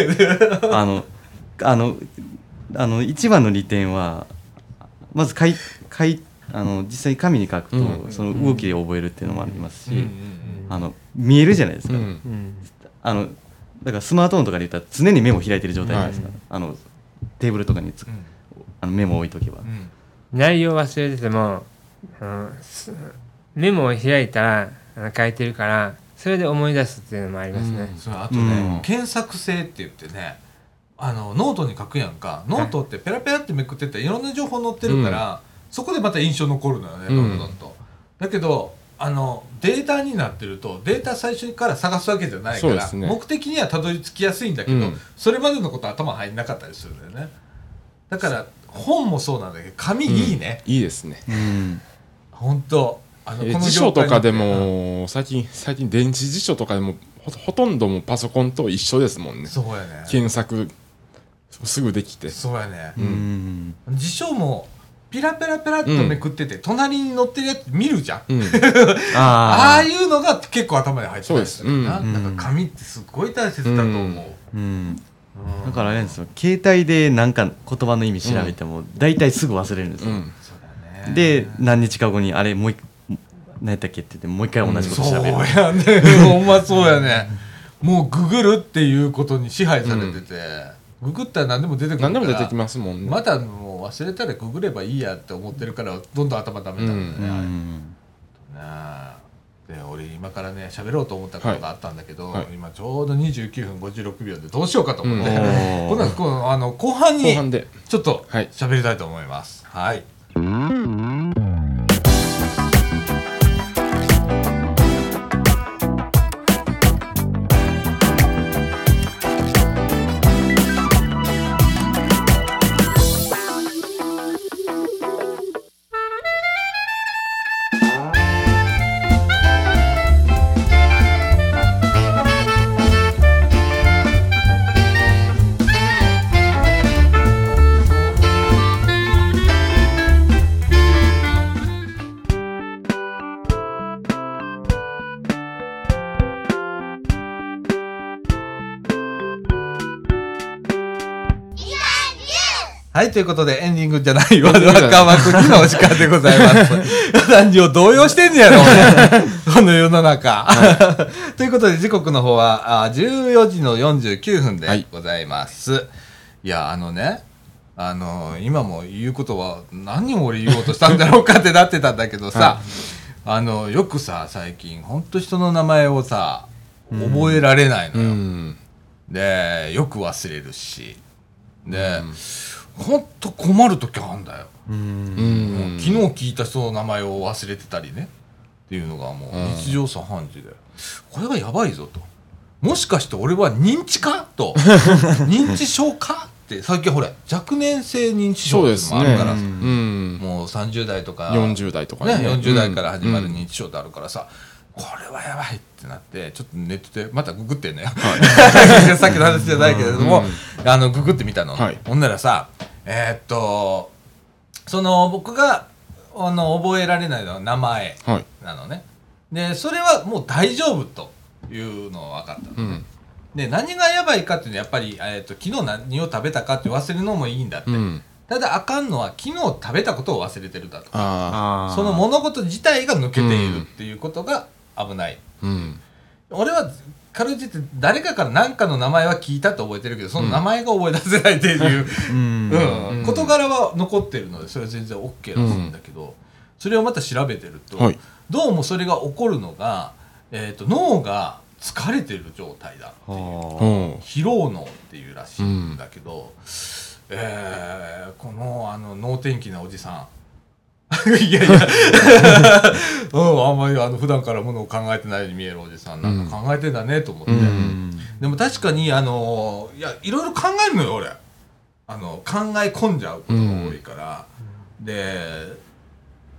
か。 あの、あの、あの、一番の利点は、まず、かい、かい、あの、実際に紙に書くと、
う
その動きで覚えるっていうのもありますし、
うんうん
あの、見えるじゃないです
う
か。
ん
うん
あの、だからスマートフォンとかで言ったら常にメモ開いてる状態じゃないですか。
はい
あの、テーブルとかにつ、
うん
あのメモ置いとけば
う。ん
内容忘れててもあのすメモを開いたらあの書いてるからそれで思い出すっていうのもありますね、
そうあとね、
うん
検索性って言ってねあのノートに書くやんかノートってペラペラってめくってったらいろんな情報載ってるから、そこでまた印象残るのよね
う
ど
ん
んどんと。だけどあのデータになってるとデータ最初から探すわけじゃないか
そうで
ら、
すね
目的にはたどり着きやすいんだけど、
うん
それまでのこと頭入んなかったりするんだよね。だから本もそうなんだけど紙いいね、
いいですね
うん
本当あ
えー辞書とかで
うん
も最近最近電子辞書とかでもほほとんどもうパソコンと一緒ですもんね
そうやね
検索すぐできて
そうやね
う、ん
辞書もピラペラペラっとめくってて、隣に載ってるやつ見るじゃん
うん
ああ
ああ
いうのが結構頭に入ってたりするな、
そうですうん
なんか紙ってすごい大切だと思う、
うん
うん
うん
だからあれなんですよ携帯でなんか言葉の意味調べても大体すぐ忘れるんです
う
よ、
ん
そうだよね
で何日か後にあれもう一何やったっけって言ってもう一回同じこと
そう
調べる、
やね ほんまそうやねもうググるっていうことに支配されてて、ググったら何でも出てくるから
何でも出てきますもんね、
まだもう忘れたらググればいいやって思ってるからどんどん頭ダメなんだ
う
ね、あれ
ん
なあで俺今からね喋ろうと思ったことがあったんだけど、
はいはい
今ちょうど29分56秒でどうしようかと思って、
うん
お ー
こんなこのあの後半
後
に
半で
ちょっと
はい
喋りたいと思います。はい。はい、ということでエンディングじゃないわ、若松君のお時間でござい ます。何を動揺してんねやろ、 俺この世の中。ということで時刻の方はあ14時の49分
は
で
い
ございます。い、や、あのね、あの今も言うことは何を俺言おうとしたんだろうかってなってたんだけどさ、あのよくさ最近ほんと人の名前をさ覚えられないの
う
よ、
ん
でよく忘れるしで、ほんと困る時あんだよ、
うん
うん
昨日聞いた人の名前を忘れてたりねっていうのがもう
うん
日常茶飯事で、これはやばいぞともしかして俺は認知か と認知症かって最近ほれ若年性認知
そう
症っ
で
ていう
す
のもあ
ね
るからさ、
うん
もう30代とか
40代とか
ね、40代から始まる
うん
認知症ってあるからさ、これはやばいってなってちょっとネットでまたググってんのよ、 さっきの話じゃないけれども、あのググってみたの、
はい
ほんならさえーっとその僕があの覚えられないのは名前
はい
なのねでそれはもう大丈夫というのは分かったの
うん
で何がやばいかっていうのはやっぱり、えーっと昨日何を食べたかって忘れるのもいいんだって、
うん
ただあかんのは昨日食べたことを忘れてるだと
あ
あー
その物事自体が抜けているっていうことが危ない。
あうん
俺は軽いって誰かから何かの名前は聞いたって覚えてるけどその名前が覚え出せないっていう、
うん
う
うんん
事柄は残ってるのでそれは全然 OK らしいんだけど、それをまた調べてると、
はい
どうもそれが起こるのが、えー、と脳が疲れてる状態だっていう
は
お
疲労脳っていうらしいんだけど、えーこのあの脳天気なおじさん いやいや、うん、あんまりあの普段からものを考えてないように見えるおじさんなんか考えてんだねと思って、
う
あ
ん
でも確かにあのいやいろいろ考えるのよ俺あの考え込んじゃうことが多いから、で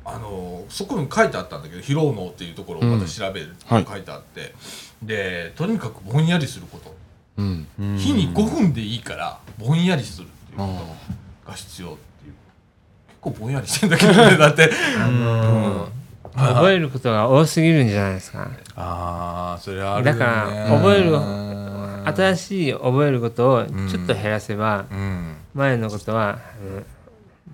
あのそこに書いてあったんだけど疲労脳っていうところをまた調べる
うんは
っ
い
て書いてあって、でとにかくぼんやりすること。
うん
うん
日に5分でいいからぼんやりするっていうことが必要っていう結構ぼんやりしてんだけどねだって
の覚えることが多すぎるんじゃないですか
ああそれはあるよ
だ
ね
から覚える
うん
新しい覚えることをちょっと減らせば
うん
前のことはうん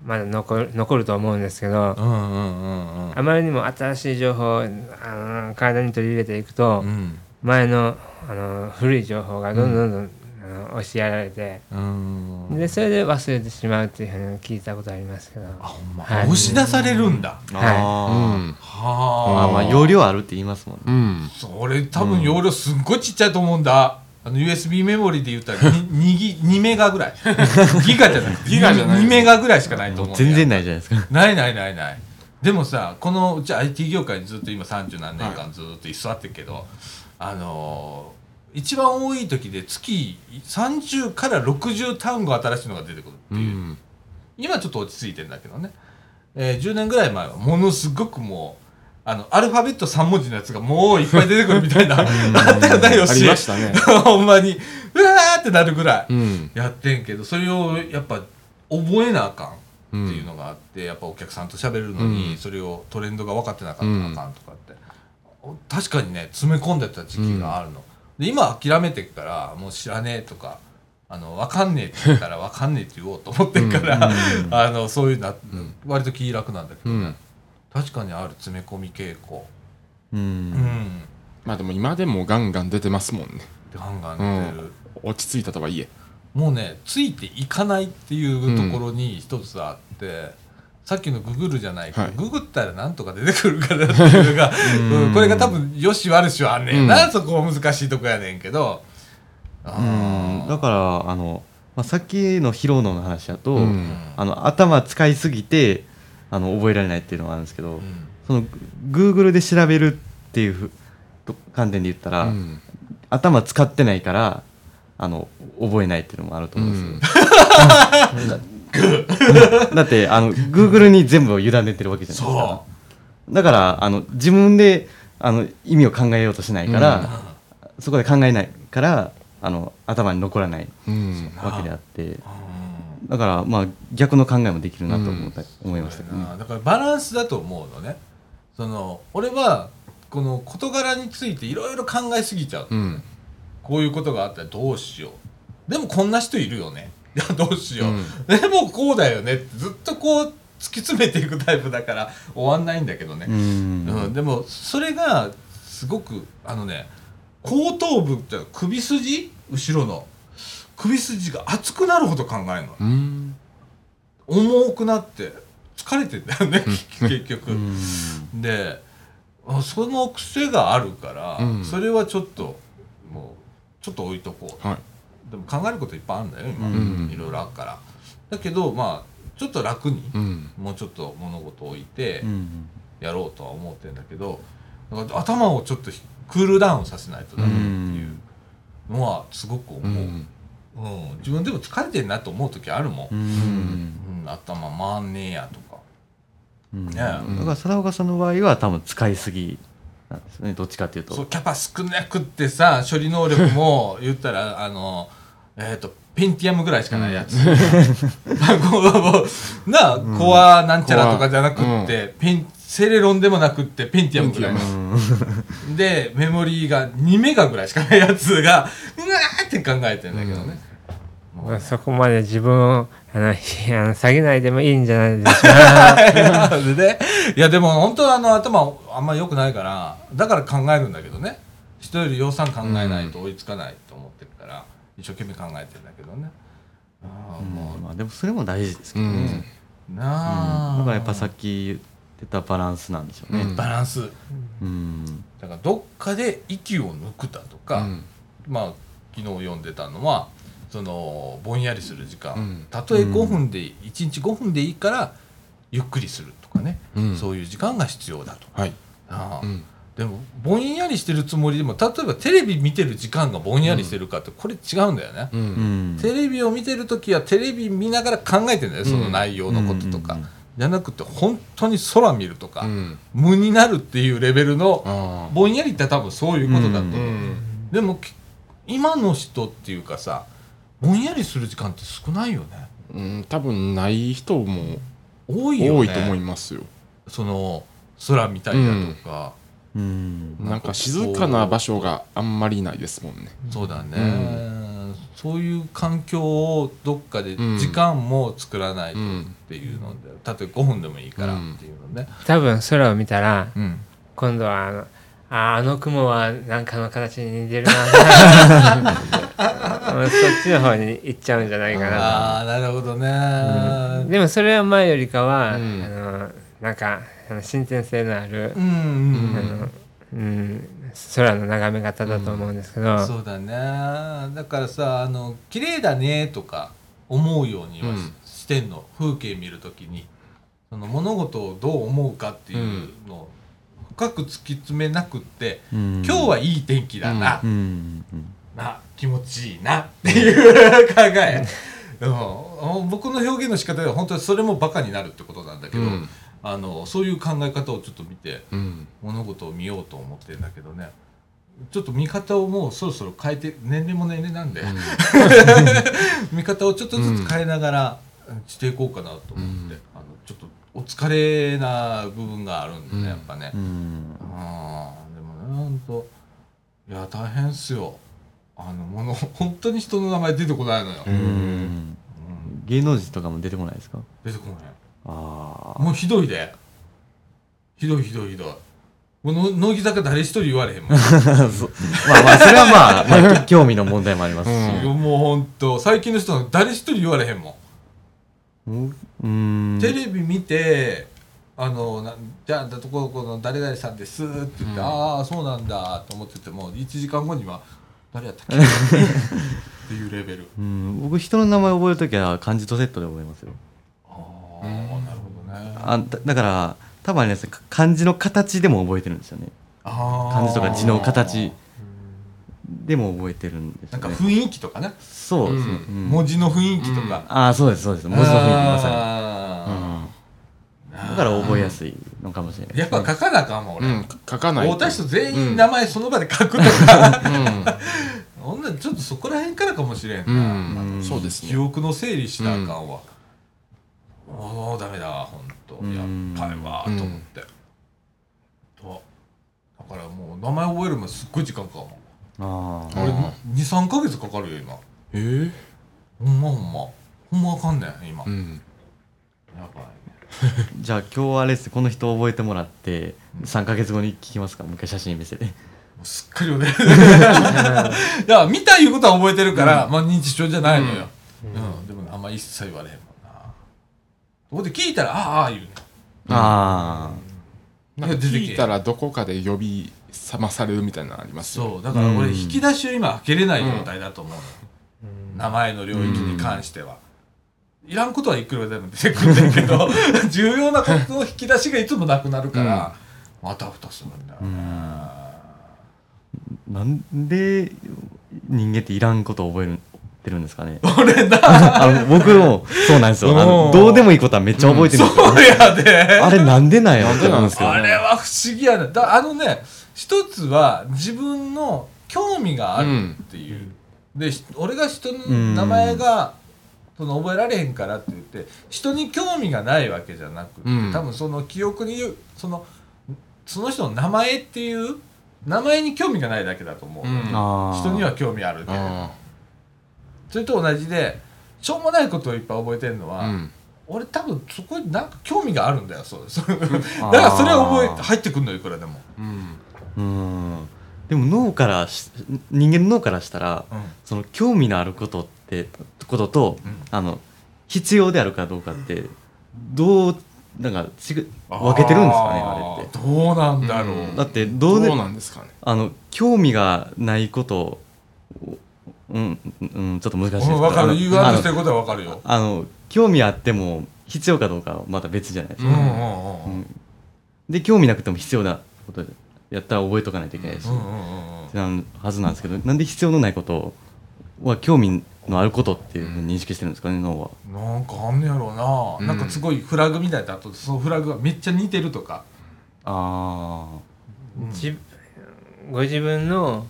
まだ残る残ると思うんですけど
うんうんうんうん
あまりにも新しい情報をあの体に取り入れていくと
うん
前のあの古い情報がどんどんどんどんあの押しやられて
うん
でそれで忘れてしまうっていうふうに聞いたことありますけど
あほんま
はい
押し出されるんだ
あ
う
ー
ん
は
あ
あ
ーまあ容量あるって言いますもんね
うん
それ多分容量すっごいちっちゃいと思うんだあの USB メモリで言ったら 2, ギ2メガぐらいギガじゃない
ギガじゃない
2メガぐらいしかないと思うんだよ
全然ないじゃないですか
ないないないないでもさこのうち IT 業界にずっと今30何年間ずっと居座ってるけど、あのー一番多い時で月30から60単語新しいのが出てくるって
う
いう、
ん
今ちょっと落ち着いてんだけどね、えー10年ぐらい前はものすごくもうあのアルファベット3文字のやつがもういっぱい出てくるみたいな あったよねよ
ありまし
し
たね。
ほんまにうわーってなるぐらい
うん。
やってんけどそれをやっぱ覚えなあかんっていうのがあって、やっぱお客さんと喋るの
う
に
ん
それをトレンドが分かってなかったらあかんとかって、確かにね詰め込んでた時期があるの、で今諦めてっからもう知らねえとかあの分かんねえって言 ったら分かんねえって言おうと思ってっから、 あのそういうな、割と気楽なんだけど、
うん。
確かにある詰め込み傾向
う
うんん
まあでも今でもガンガン出てますもんね。
ガンガン出てる、
落ち着いたとはいえ。
もうねついていかないっていうところに一つあって、さっきのググるじゃないか、
はい
ググったらなんとか出てくるからっていうのが、うんこれが多分よし悪しはあんねんな、そこは難しいとこやねんけど
うんだ
か
からあの、まあ、さっきの疲労の話だと、
うん
あの頭使いすぎてあの覚えられないっていうのがあるんですけど、
うん
その Google で調べるっていうふと観点で言ったら、
うん
頭使ってないからあの覚えないっていうのもあると思うんですよ、だってあの Google に全部を委ねてるわけじゃないですか
そ
だからあの自分であの意味を考えようとしないから、そこで考えないからあの頭に残らない
うん。
わけであって
う、
だからまあ逆の考えもできるなと思った、思いましたけどね
うんだからバランスだと思うのねその俺はこの事柄についていろいろ考えすぎちゃう、
うん。
こういうことがあったらどうしようでもこんな人いるよね いやどうしよう、
う ん
でもこうだよねってずっとこう突き詰めていくタイプだから終わんないんだけどね、
う
うん
ん
でもそれがすごくあのね後頭部って首筋後ろの首筋が熱くなるほど考えるの
うん。
重くなって疲れてんだよね結局、であその癖があるから、
うん
それはちょっともうちょっと置いとこう
はい。
でも考えることいっぱいあるんだよ今、
うん
いろいろあるからだけどまあちょっと楽に、
うん。
もうちょっと物事を置いて
うん
やろうとは思ってんだけどだから頭をちょっとひクールダウンさせないとダメっていうのはすごく思
う
う、うん
ん。
自分でも疲れてるなと思う時あるもん、
う
うん
ん
頭回んねえやとか
うん
ね
だから貞岡さんの場合は多分使いすぎなんですよねどっちかっていう
そう
と
キャパ少なくってさ処理能力 も言ったらあのえっ、とペンティアムぐらいしかないや つ、こうもうなあ、コアなんちゃらとかじゃなくって、ペンセレロンでもなくってペンティアムぐらいの
ペン
でメモリーが2メガぐらいしかないやつがうわーって考えてんだけどね、
まあそこまで自分をあの ひあの下げないでもいいんじゃないでしょうか
でねいやでも本当はあの頭あんま良くないからだから考えるんだけどね人より予算考えないと追いつかないと思ってるから、一生懸命考えてるんだけどねああも
まあでもそれも大事ですけ
う
どね、
う、
ん。
うん、なあ、
だからやっぱさっき言ってたバランスなんでしょうね
うん
バランス
うん
だからどっかで息を抜くだとか、
うん
まあ昨日読んでたのはそのぼんやりする時間、
うん
たとえ
うん
5分で、1日5分でいいからゆっくりするとかね、
うん
そういう時間が必要だと。
はい。
ああ
うん。
でもぼんやりしてるつもりでも例えばテレビ見てる時間がぼんやりしてるかってこれ違うんだよね、
う。
うんん
テレビを見てる時はテレビ見ながら考えてんだよその内容のこととか、
うんうんうん
じゃなくて本当に空見るとか、
うん。
無になるっていうレベルの
ああ。
ぼんやりって多分そういうことだと思う、
うん。
でもき今の人っていうかさぼんやりする時間って少ないよね
うん。多分ない人も
多いよね
多いと思いますよ。
その空見たりだとか、
うん
なんか静かな場所があんまりないですもんね。
そうだね、
う
そういう環境をどっかで
うん
時間も作らないとっ
ん。
ていうので、たとえ5分でもいいからっていうのね、
多分空を見たら
うん
今度はあのあーあの雲はなんかの形に似てる な うんそっちの方に行っちゃうんじゃないかな
ああなるほどね
でもそれは前よりかは、
うん
あのなんかあの進展性のある
う、んうん、
うん
あのうん、空の眺め方だと思うんですけど、
そうだねだからさあの綺麗だねとか思うようにはし,、
う
て
ん
んの風景見るときにその物事をどう思うかっていうのを深く突き詰めなくって、
今
今日はいい天気だな、
うん
な気持ちいいなっていう考え、うん僕の表現の仕方では本当にそれもバカになるってことなんだけど、
うん
あのそういう考え方をちょっと見て
うん
物事を見ようと思ってるんだけどねちょっと見方をもうそろそろ変えて年齢も年齢なんで、 見方をちょっとずつ変えながらしていこうかなと思って、
うん
あのちょっとお疲れな部分があるんでね、
うん
やっぱね。
うん
ああでもねほんといや大変っすよあのもの本当に人の名前出てこないのよ、
う
うんん
うん芸能人とかも出てこないですか
出てこない
ああ
もうひどいでひどいひどいひどいもうの乃木坂誰一人言われへんもんい
まあまあそれは まあ、まあ、興味の問題もありますし
やもうほんと最近の人は誰一人言われへんもん、
うんうん
テレビ見てあのなんじゃあどこどこの誰々さんですって言って、
うん
ああそうなんだと思ってても1時間後には誰やったっけっていうレベル
うん僕人の名前覚えるときは漢字とセットで覚えますよ
ああなるほどね
あだだから多分あれですねか漢字の形でも覚えてるんですよね
漢
漢字とか字の形でも覚えてるんです
な
よ
んか
ね
雰囲気とかね、
そうですね、
う
うん
文字の雰囲気とか、
ああそうですそうです文字の雰囲気まさに、うん、だから覚えやすいのかもしれない
やっぱ書かなあかんもん
う
俺、
ん書かない
会うた人全員名前その場で書くとか、女ちょっとそこら辺からかもしれんな、
うん、う、
うんん
そうです
記
ね
憶の整理しなあかんわ、おおダメだわほんと
うん
やっぱりわーと思って、とだからもう名前覚えるまですっごい時間かかるもん
あ
うん
あ
俺23か月かかるよ今
えー、
ほんまほんまほんまあかんねん今、
うん
やばいね
じゃあ今日あれですねこの人覚えてもらって3か月後に聞きますかもう一回写真見せて
もうすっかり俺いや見たいうことは覚えてるから、まあ認知症じゃないのよ、うんでもあんま一切言われへんもんなそこで聞いたら「ああ」言うね
あ
なんか聞いたらどこかで呼び覚まされるみたいなのありますよ
そうだから俺
うん
引き出しを今開けれない状態だと思うのよ、名前の領域に関しては、いらんことはいくらでも出てくるんだけど重要なことの引き出しがいつもなくなるから、またふたするんだよね、
あなんで人間っていらんことを覚えるてるんですかね
俺な
あの僕もそうなんですよあ
お
の
ー
どうでもいいことはめっちゃ覚えてるんですよ、
これやで
あれなんでなんやろって思うんですけど
あれは不思議やねだあのね一つは自分の興味があるっていう、でひ俺が人の名前が、その覚えられへんからって言って人に興味がないわけじゃなくて、
うん
多分その記憶に言うそのその人の名前っていう名前に興味がないだけだと思う、
うん
あー
人には興味あるけど
あ
それと同じでしょうもないことをいっぱい覚えてるの
あ
は、
うん
俺多分そこになんか興味があるんだよそうそうだからそれは覚え
あー
入ってくんのいくらでも、
うん
うんでも脳からし人間の脳からしたら
うん
その興味のあることってことと、
うん
あの必要であるかどうかってどうなんか違う分けてるんですかねあれって
てどうなんだろう、
うん
だってど
ど
うで
うなんですかね
あの興味がないことをうん、うん、ちょっと難しいですけ
うん
ど
分か
あ
る
の
言わんとして
あ
る
の
ことは分かるよ
あの興味あっても必要かどうかはまた別じゃないです
うん
か、
うん
ん
うんうん
で興味なくても必要なことやったら覚えとかないといけないし、
うんうんうん
ってなるはずなんですけどなんで必要のないことは興味のあることっていうふうに認識してるんですかね脳は。
なんかあんねやろうな、
うん
なんかすごいフラグみたいだとそのフラグがめっちゃ似てるとか、
あ
うん
じご自分の、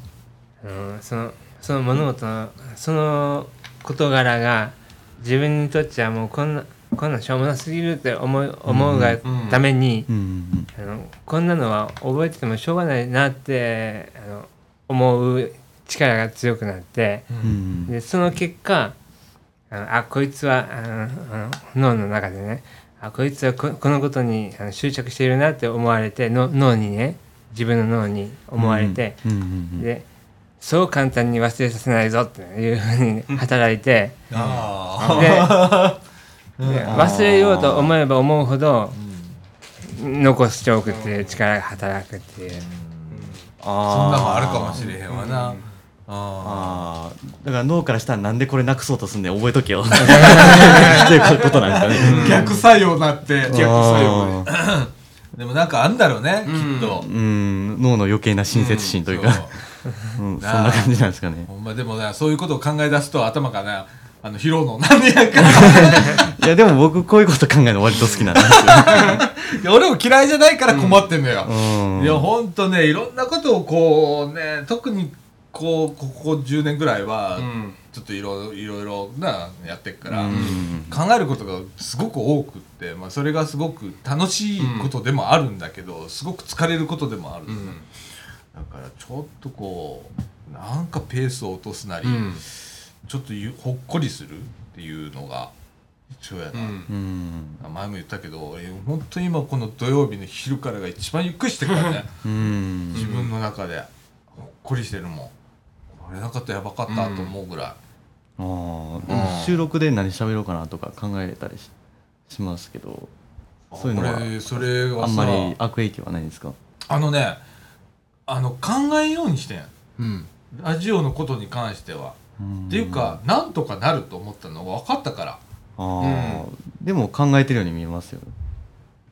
うん、そのその物事のその事柄が自分にとっちゃもうこんなこんなんしょうもなすぎるって思う思うが
うん
ために、
ーうん
あのこんなのは覚えててもしょうがないなってあの思う力が強くなって
うんうん
でその結果あのあこいつはあのあの脳の中でねあこいつはここのことにあの執着しているなって思われての脳にね自分の脳に思われて、
うんうん
でそう簡単に忘れさせないぞっていうふうにね働いて。
あ
でで忘れようと思えば思うほど残しておくっていう力が働くっていう
あそんなもんあるか
あ
もしれへんわな、あ
あーだから脳からしたらなんでこれなくそうとすんねん覚えとけよっていうことなんですか
ー
ね。
逆作用なって
逆作用
あー
でもなんかあんだろうね、
ん
きっと
うん脳の余計な親切心というか、
そ
うんそんな感じなんですかね
ほんまでもねそういうことを考え出すと頭がねあの、拾うの何年や か。
いやでも僕こういうこと考えるの割と好きなんですよ。
いや俺も嫌いじゃないから困ってんのよ。
うん
いや、ほんとね、いろんなことをこうね、特にこう、ここ10年ぐらいは、
うん
ちょっといろいろいろなやってっから、
うん
考えることがすごく多くって、まあ、それがすごく楽しいことでもあるんだけど、すごく疲れることでもある、
うん
だからちょっとこうなんかペースを落とすなり、
うん
ちょっとゆほっこりするっていうのが一応やな、
うん
前も言ったけど俺本当に今この土曜日の昼からが一番ゆっくりしてるからね
うん
自分の中でほっこりしてるもんこれなかったらやばかったと思うぐらい、
あーで
うん
も収録で何喋ろうかなとか考えれたりししますけどそういうのは
俺それ
あ
は
ん
さ
まり悪影響はないですか
あのねあの考えんようにしてん
うん
ラジオのことに関しては、っていうかなんとかなると思ったのが分かったから
あーでも考えてるように見えますよ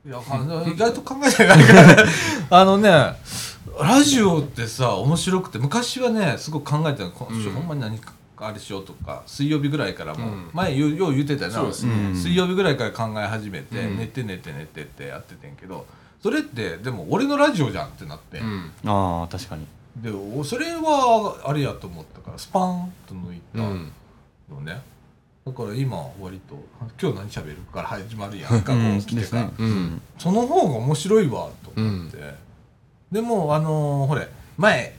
いやあの意外と考えて ないからねあのねラジオってさ面白くて昔はねすごく考えてたの今週、
うん
ほんまに何かあれしようとか水曜日ぐらいからもう、
うん
前ようよう言うてたよな
そうですね
うん
水曜日ぐらいから考え始めて、
うん
寝て寝て寝てってやっててんけどそれってでも俺のラジオじゃんってなって、
うん
ああ確かに
でおそれはあれやと思ったからスパーンと抜いた
うん
のね、だから今割と「今日何喋る?」から始まるやんか、
うん
こう来て
です
さ
ね
うん
その方が面白いわと思って、でもあのーほれ前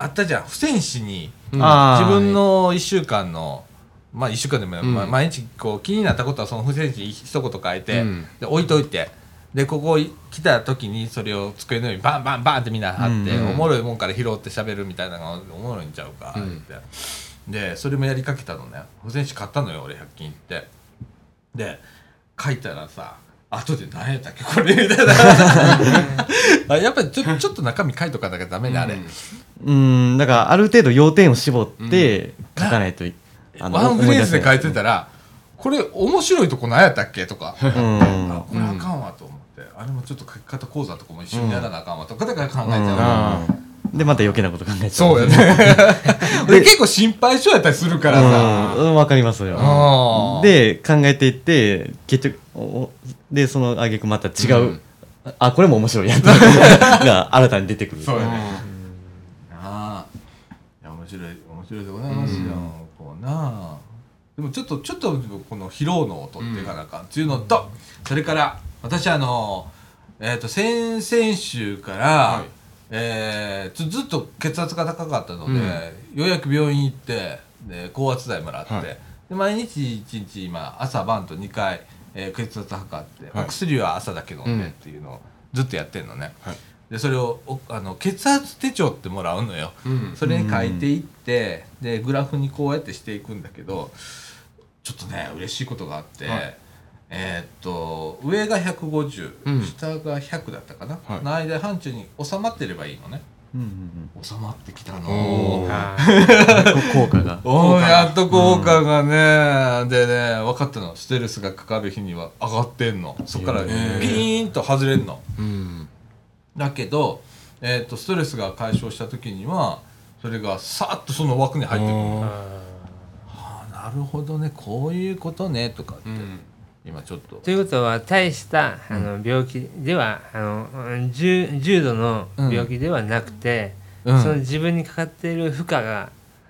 あったじゃん不戦士に
うん
あー
自分の1週間のまあ1週間でも、
うん
まあ毎日こう気になったことはその不戦士に一言書いて、
うん
で置いといてでここ来た時にそれを机の上にバンバンバンってみんな貼って、
うん
おもろいもんから拾って喋るみたいなのがおもろいんちゃうかって、でそれもやりかけたのね不戦士買ったのよ俺100均行ってで書いたらさ後で何やったっけこれみたいなあやっぱりちょちょっと中身書いとかなきゃダメねあれ、
うんだからある程度要点を絞って書かないといあの
ワンフ
思
レー
出
ズ
せ
で
な
書いてたらこれ面白いとこ何やったっけとかあ
う
こ
ん
れあかんわと思ってあれもちょっと書き方講座とかも一緒にやらなあかんわとかだから考えちゃう、
でまた余計なこと考えちゃう
そうやね 俺結構心配性やったりするからさ、
うんうんわかりますよ
あー
で考えていって結局おおでその挙句また違う、
うん
あこれも面白いや つが新たに出てくる
そうやね、ああいや面白い面白いでございますよ、こうなあでもちょっとちょっとこの疲労のを取っていかなあかんっていうのと、それから私あのえっ、と先々週から、
はい
えーずずっと血圧が高かったので、
うん
ようやく病院行ってで高圧剤もらって、
はい
で毎日1日今朝晩と2回、えー血圧測って、
はい
お薬は朝だけ飲んでっていうのをずっとやってんのね、
はい
でそれをおあの血圧手帳ってもらうのよ、
うん
それに書いていってでグラフにこうやってしていくんだけどちょっとね嬉しいことがあって、
はい
えーっと上が150、
うん
下が100だったかな、
はい
の間範疇に収まってればいいのね
うんうん
収まってきた
うん
の
はい
こ効果が
お
効
ー
果が
やっと効果がね、でね分かったのステルスがかかる日には上がってんのそっからピ
ー
ーンと外れんの、
うん
だけど、えー、とストレスが解消した時にはそれがさーっとその枠に入ってくる
うん
ああなるほどねこういうことねとかって、
うん
今ちょっと
ということは大したあの病気ではあのうん重重度の病気ではなくて、
うん
その自分にかかっている負荷が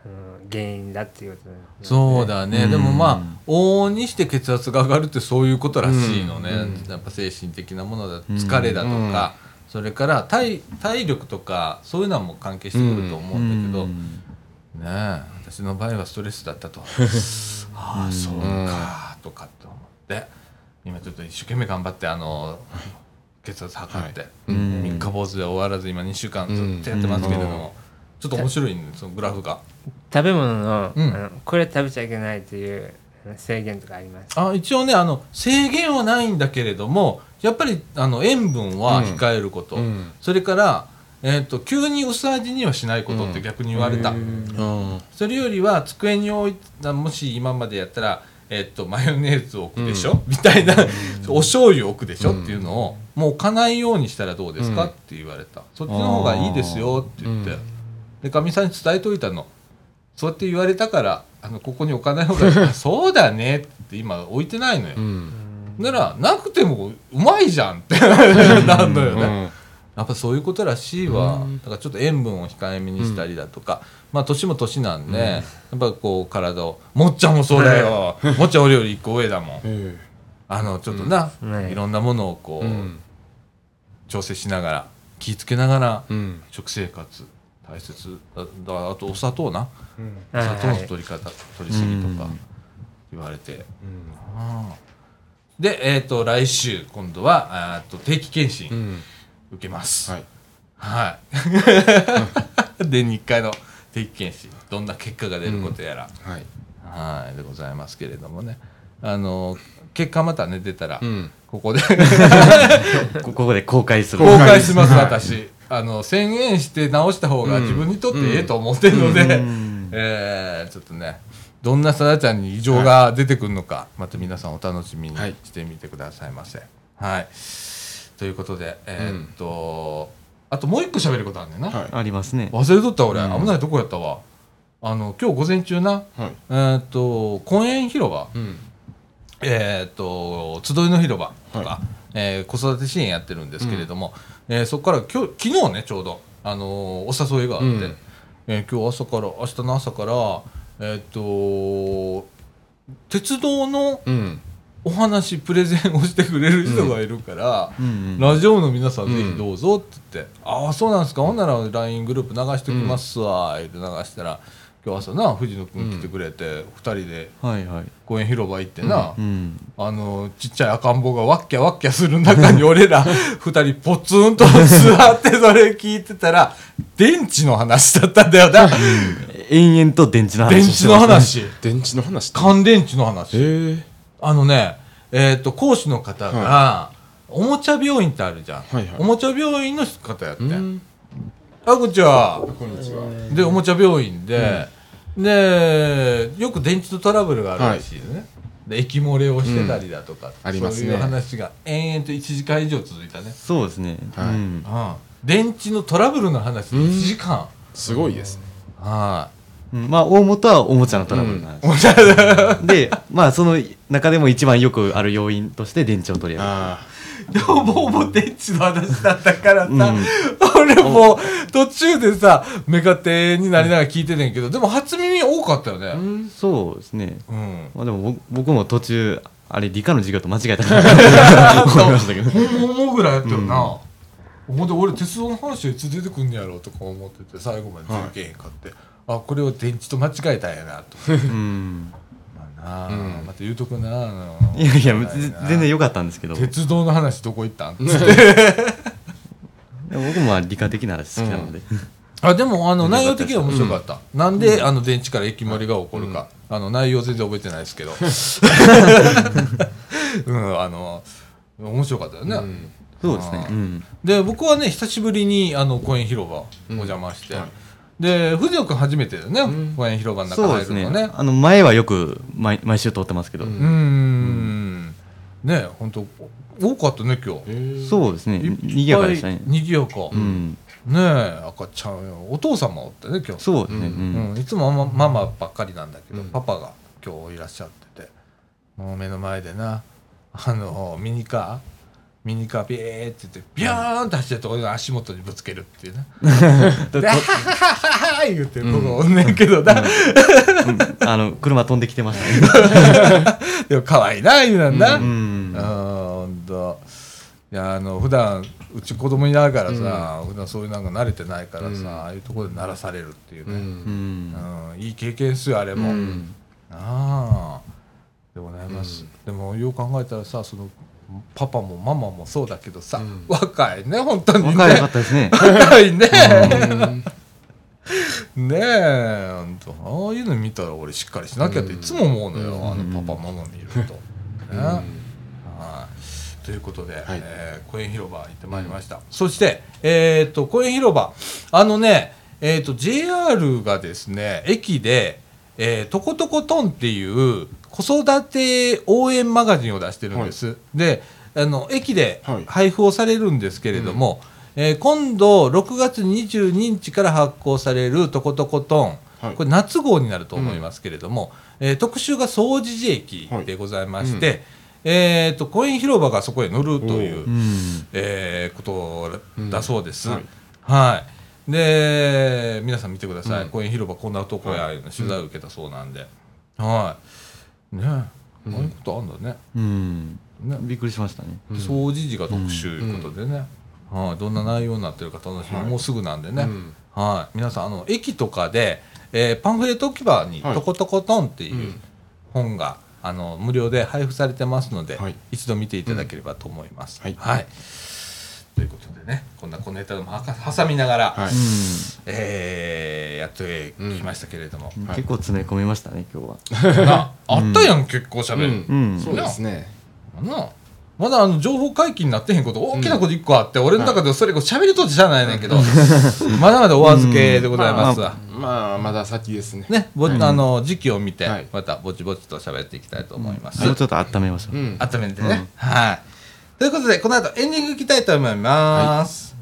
あの原因だっていうことなんですね
そうだね、
うん
でもまあ往々にして血圧が上がるってそういうことらしいのね、
うん
やっぱ精神的なものだ疲れだとか、それから体体力とかそういうのはもう関係してくると 思うんだけど、
う
ね
ん
え私の場合はストレスだったとああそうかとかって思って今ちょっと一生懸命頑張ってあの血圧測って、
う
三
ん
3日坊主で終わらず今2週間ずっとやってますけれども、
うん
ちょっと面白いねそのグラフが。
食べ物の,、
うん
あのこれ食べちゃいけないっていうあの制限とかあります
あ一応ねあの制限はないんだけれどもやっぱりあの塩分は控えること、
うん
それから、えー、と急に薄味にはしないことって逆に言われた、
うん
それよりは机に置いたもし今までやったら、えー、とマヨネーズを置くでしょ、みたいなお醤油を置くでしょ、っていうのをもう置かないようにしたらどうですか、
うん
って言われたそっちの方がいいですよって言って
うん
でかみさんに伝えといたのそうやって言われたからあのここにお金を置い てそうだねって今置いてないのよ、
うん
ならなくてもうまいじゃんって なんだよね、
うん
やっぱそういうことらしいわ、
うん
だからちょっと塩分を控えめにしたりだとか、まあ年も年なんで、やっぱこう体をもっちゃんもそうだよ、もっちゃん俺より一個上だもん
え
あのちょっとな、
うんね
いろんなものをこ
え
う、
うん
調整しながら気ぃつけながら
うん
食生活大切だだあとお砂糖な
うん
はい
砂糖の取り方、取りすぎとか言われて、ああでえっ、と来週今度はあーっと定期検
う
診
ん
受けます、
はい
はい。 で、日回の定期検診、どんな結果が出ることやら、
はい
はい、でございますけれどもね。あの、結果またね、出たら、
うん
ここで
こここで公開する
公開します、
はい
私。あの、宣言して直した方が自分にとってええと思ってるので、
ん
えーちょっとね、どんなさだちゃんに異常が出てくるのか、また皆さんお楽しみに
はい
してみてくださいませ。はい。ということで、えーっと、あともう一個喋ることあるんだよな。
はい
ありますね
忘れとった俺、
うん
危ないとこやったわあの今日午前中な
はい
えーっと公園広場
うん
えーっと集いの広場とか、
は
えー子育て支援やってるんですけれども、えーそこから今日昨日ねちょうど、あのーお誘いがあって、
うん
えー今日朝から明日の朝からえーっと鉄道の
うん
お話プレゼンをしてくれる人がいるから、
うんうん
ラジオの皆さんぜひどうぞって言って「ああそうなんですかほんなら LINE グループ流しておきますわ」って流したら今日朝な藤野君来てくれて2人で
はいはい
公園広場行ってな
う。ん
あのちっちゃい赤ん坊がワッキャワッキャする中に俺ら2人ポツンと座ってそれ聞いてたら電池の話だったんだよな
延々と電池の話
電
して
池の
ます
話
ね
電池の話って
乾電池の話
ええ
あのね、えー、と講師の方が、おもちゃ病院ってあるじゃん、
はいはい
おもちゃ病院の方やって、
うん
あこんにちは
こんにちは
でおもちゃ病院で、でよく電池とトラブルがあるらしいね、で液漏れをしてたりだとか、
ありますね
そういう話が延々と1時間以上続いたね、
そうですね
はい
うん
うん、電池のトラブルの話で1時間、
すごいですね
は
うんまあ大元はおもちゃのトラブルなんです、でまあその中でも一番よくある要因として電池を取り上げる
あ
いでももうもう電池の話だったからさ、
うん
俺もう途中でさ目が手になりながら聞いててんけどでも初耳多かったよ
あう
ね
ん
そうですね
うん
まあでも僕僕も途中あれ理科の授業と間違えたから 思いましたけど
ほんまぐらいやったよな、ほんで俺鉄道の話はいつ出てくんねやろうとか思ってて最後まで全然けえへんかって、あこれを電池と間違えたんやなと
うん
まあなあ、
うん
また言うとくなあの
いやいや
危な
ぜ
な
全然良かったんですけどで
鉄道の話どこ行ったん
も僕もまあ理科的な話好きなので、
あでもあの
よかっ
内
た
容的には面白かった、なんで、あの電池から液漏れが起こるか、あの内容全然覚えてないですけど うんあの面白かったよね、
うん
そうですね
あー
うん
で僕はね久しぶりにあの公園広場お邪魔して、
はい
で藤野君初めてだよね、
ん
公園広場の中
そうで
入
す
る
ね
のね
あの前はよく毎毎週通ってますけど、
う
うー
ん
んね本当多かったね今日
ええ
そうですね賑やかでしたね
にぎやか、
う
ね
ん
え赤ちゃんよお父様おったね今日
そうですね
うん
うん
うん、いつもママママばっかりなんだけど、
うん
パパが今日いらっしゃっててもう目の前でなあのミニカーミニカービーって言ってビューンって走ってると俺の足元にぶつけるっていうねでハハハハハ言ってる子がおんねんけどな、
うんあの車飛んできてましたね。
でも可愛いな言うなんな、
う
うん
ん
ほんといやあの普段うち子供いながらさ、普段そういうなんか慣れてないからさ、
うん
ああいうところで鳴らされるっていう
う
ね、
うんん
うんいい経験っすよあれも。
うん
ああでございます、
うん
でもよう考えたらさそのパパもママもそうだけどさ、
うん
若いね本当にね
若い良かったです ね。
若いね、
うん
ねえほんとああいうの見たら俺しっかりしなきゃっていつも思うのよ、
うん
あのパパママ見ると、
うん
ねはいということで、
はい
えー公園広場行ってまいりました、そして、えー、と公園広場あのね、えー、と JR がですね駅で、えー「トコトコトン」っていう子育て応援マガジンを出してるんです、であの駅で
はい
配布をされるんですけれども、えー今度6月22日から発行される「トコトコトン」
はい
これ夏号になると思いますけれども、えー特集が総除寺駅でございまして、えー、とコイン広場がそこへ乗るという
う、ん
えーことだそうです。
うん
は
はいい、
で皆さん見てください、
うん
公園広場こんなとこや、
はい
いうの取材を受けたそうなんで、はいねえああ
うん
いうことあんだね
うん
ね
びっくりしましたね
うん
掃除時が特集いうことでね、はい、どんな内容になってるか楽しみ、
はい
もうすぐなんでね、
うん
はい、皆さんあの駅とかで、えーパンフレット置き場に「
はい
トコトコトン」っていううん本が、あの無料で配布されてますので、
はい
一度見ていただければと思います。
うん
はいということでねこんな小ネタでもはか挟みながら、
はい
うん
えーやってきましたけれども、
はい
結構詰め込みましたね今日は
なあったやん、結構しゃべる、
うん
そうですね
なまだあの情報解禁になってへんこと大きなこと一個あって、俺の中ではそれこう喋りとってしゃあないねんけど、 まだまだお預けでございますわ、
まあまだ先ですね
ねぼ、あの時期を見て、
はい
またぼちぼちと喋っていきたいと思います、
もうちょっと温めましょう
うん
温めてね、はいということでこの後エンディングいきたいと思います、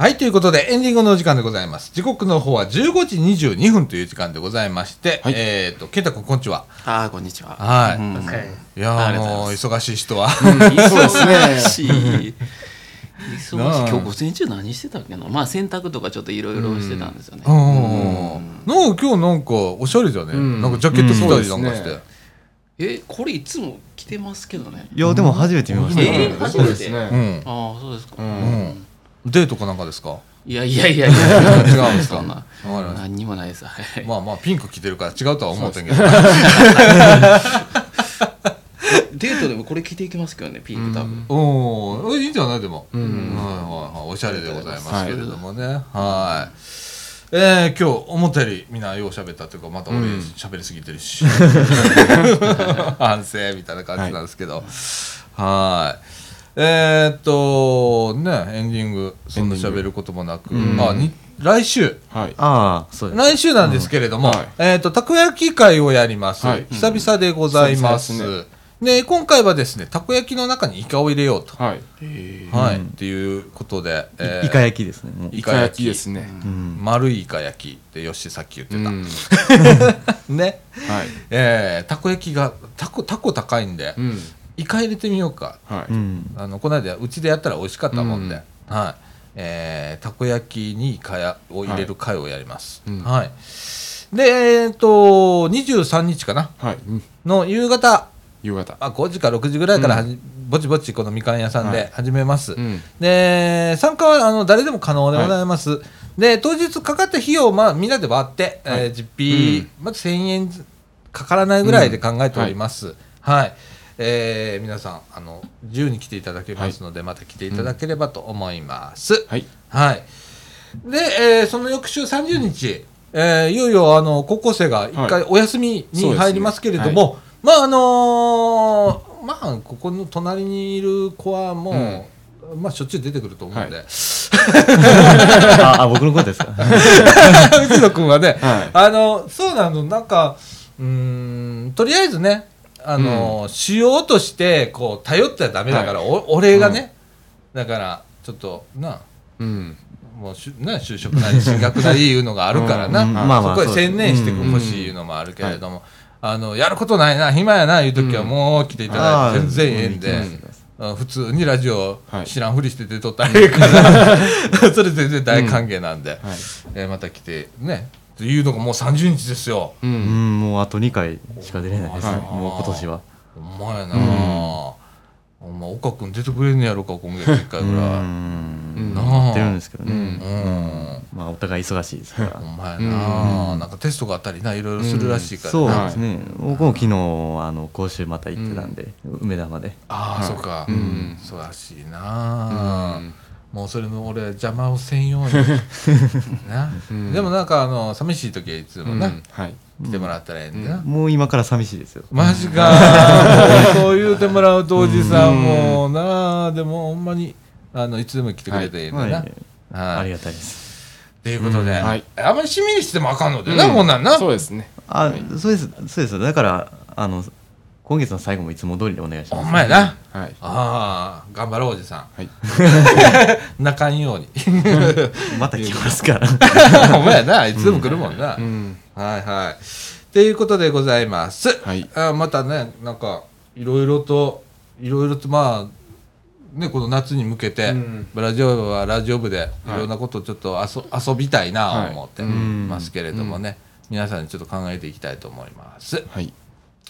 はい、ということで、エンディングのお時間でございます。時刻の方は15時22分という時間でございまして、
はい
えっ、と、ケンタ君、こんにちは。
ああこんにちは
はい
う ん
お疲れ
いやー
ありがとう
もう
ござい
忙しい人は。
忙 しい忙しい
なあ
今日午前中何してたっけなまあ洗濯とかちょっといろいろしてたんですよね
うん。なんか今日なんかおしゃれじゃね、
ん
なんかジャケット着たりなんかし
そうです
て
ね。
えこれいつも着てますけどね
いやでも初めて見ました
え
ね
ー初
そう
めて
です
う
ね
ん。
ああそうですか
うん。デートかなんかですか。
いやいやいやいや
違うんですか
そんな
わかりました
何にもないですはい
まあまあピンク着てるから違うとは思うてんけど。
デートでもこれ着ていきますけどねピーク多分
おお、いいんじゃないでも。うんはいはいはい、おしゃれでございますけれどもね。はい。えー、今日思ったよりみんなよう喋ったというかまた俺喋りすぎてる し、反省みたいな感じなんですけどはいえー、っとねエンディングそんな喋ることもなくあに来週
はい
ああそうです
来週なんですけれども、
うんはい
えっ、と、たこ焼き会をやります。
はい
久々でございます。
久々
で、今回はですね、たこ焼きの中にイカを入れようと。
はい
はい。っていうことで、えー
イカ焼きですねもう
イ
イ
カ
カ
焼
焼
き
きですね
うん
丸いイカ焼きって、よし、さっき言って
うん
た。
はい
ね。えー、たこ焼きが、たこ、たこ高いんで、
うん
イカ入れてみようか。
は
う
い
ん
あのこの間うちでやったら美味しかったもんで、はいえーたこ焼きにイカやを入れる会をやります。は
はいいうん
でえっと23日かな
はいうん
の夕方
夕方
あ5時か6時ぐらいからはじ、ぼちぼちこのみかん屋さん
は
で
い
始めます。
うん
で参加はあの誰でも可能でございます、で当日かかった費用を、まあ、みんなで割って、
は
え
い
ー実費、まず1000円ずかからないぐらいで考えております、はい、えー皆さんあの自由に来ていただけますので、また来ていただければと思います、
はい
はい。で、えーその翌週30日、えーいよいよあの高校生が一
は
回お休みに入りますけれども、まああのーまあここの隣にいる子はもう、まあしょっちゅう出てくると思うんで、
は
あ あ僕のことですか
内野君はね、
はい
あのそうなのなんかうーんとりあえずねあの、しようとしてこう頼ってはダメだから、おお礼がね、だからちょっとなあ
うん
もうしゅね、就職なり進学なりいうのがあるからな、
うんまあまあ
そこへ
そうです
専念してほしいいうのもあるけれども、あのやることないな暇やないう時はもう来ていただいて、全然ええんで、あ普通にラジオ
はい
知らんふりして出とったらええから、 それ全然大歓迎なんで、
はい
えーまた来てねっていうのがもう30日ですよ
う
うんんもうあと2回しか出れないです、
はい
もう今年は
ほんまやなあ、ほんま岡君出てくれんねやろか今月1回
う
ぐらい、
ん
うん
な
や
あ
ってるんですけどね、
うん
うん
まあお互い忙しいですから
ほんまやな、なんかテストがあったりないろいろするらしいからな、
そう
はい
ですね、僕も昨日あの講習また行ってたんで、梅田まで
ああ、そうか、
うん
そうらしいな、
うん
もうそれも俺は邪魔をせんようにな、
うん
でもなんかあの寂しい時はいつもな、
うんはい
来てもらったらええんだな、
もう今から寂しいですよ
マジか、もうそう言うてもらうとおじさんもなあでもほんまにあのいつでも来てくれてええんだな、は
は
い
いありがたいです
ということで、
うんはい
あんまり趣味にしてもあかんのでな、こんなんな
そうですね
あ、そうですそうですだからあの今月の最後もいつも通りでお願いし
ほ
ます
んまやな
はい
ああ頑張ろうおじさん
はい
泣かんように
また来ますから
ほんまやないつでも来るもんな、
うん
はいはい。っていうことでございます。
はい
あまたね、なんか、いろいろと、いろいろと、まあ、ね、この夏に向けて、
うん
ラジオ部はラジオ部で、い
はい
ろんなことをちょっと遊遊びたいな
はい
と思って
うん
ますけれどもね、皆さんにちょっと考えていきたいと思います。
はい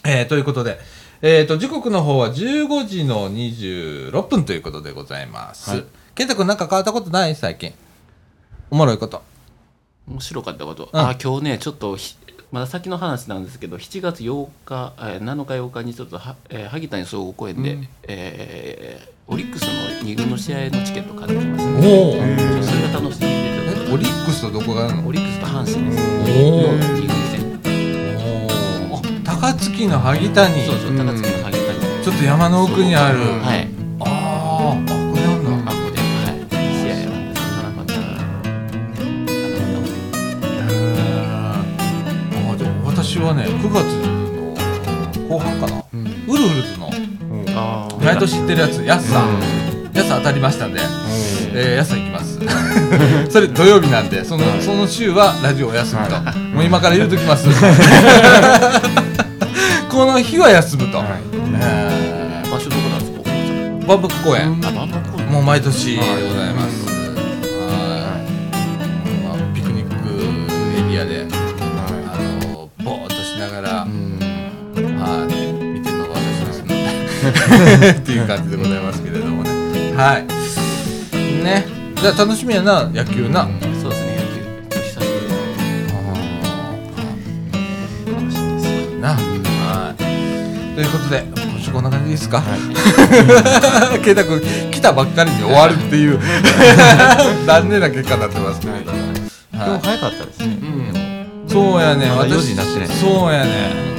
えーということで、えー、と時刻の方は15時の26分ということでございます。
はい
健太君なんか変わったことない最近。おもろいこと。
面白かったこと、
うん
あ今日ねちょっとひまだ先の話なんですけど7月8日、えー7日8日にちょっとは、えー萩谷総合公園で、えーオリックスの2軍の試合のチケット買ってきました、ね、
おお。
ちょっとそれが楽しみでちょっと
えオリックスとどこがあるの
オリックスと阪神です
お
の
ー
2軍戦
おー高槻の萩谷
そうそう高槻の萩谷
ちょっと山の奥にある、
そう
はい
あーあこれなんだ
あここではい試合なんですなかなかなかなか
あーでも私はね9月の後半かな
うん
ウルフルズの
うん
あ
毎年知ってるやつ安さ、
うん
安さ当たりましたんで、
うん
えー、安さ行きます それ土曜日なんでその,、その週はラジオお休みと、
は
もう今から言うときます この日は休むと、
はい
え
場所どこなんですかここ
ー万博公園、
あバンバンコーナー
もう毎年でございます。はい。まあ、ピクニックエリアで、
は
あの、ぼーっとしながら、
いうん
はい、見てるのが私ですね。 っていう感じでございますけれどもね。はい。ね。じゃあ楽しみやな、野球な。
そうですね野球久しぶりの
な。はい。ということで、今週こんな感じですか。 ケイタ君、来たばっかりに終わるっていう。 残念な結果になってますけれども。はい
今日早かったですね、で
そうやね、
まだ
私
4時になってない
そうやね、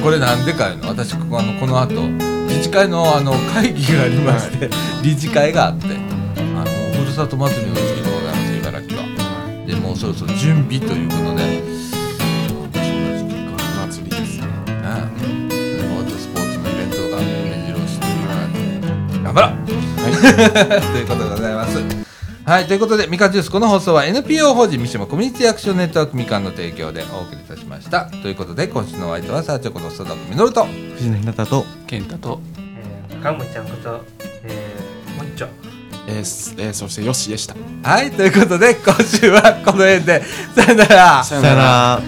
これなんでかいうの、私ここあのこの後自治会のあの会議がありまして、理事会があって、あのふるさと祭りの時期でございます茨城は。でもうそろそろ準備ということで、
祭りですね
ね、でもスポーツのイベントが目白押しということで頑張ろう。という ことでございます。はい、ということで、みかんジュース、この放送は NPO 法人三島コミュニティアクションネットワークみかんの提供でお送りいたしました。ということで、今週のお相手は、さあちょこの須田みのると、
も藤野ひなたと
健太と
えー、ガンモちゃんこと、えー、もっちょ
えーすえーそしてよしでした
はい、ということで、今週はこの辺で、さよなら。
さよなら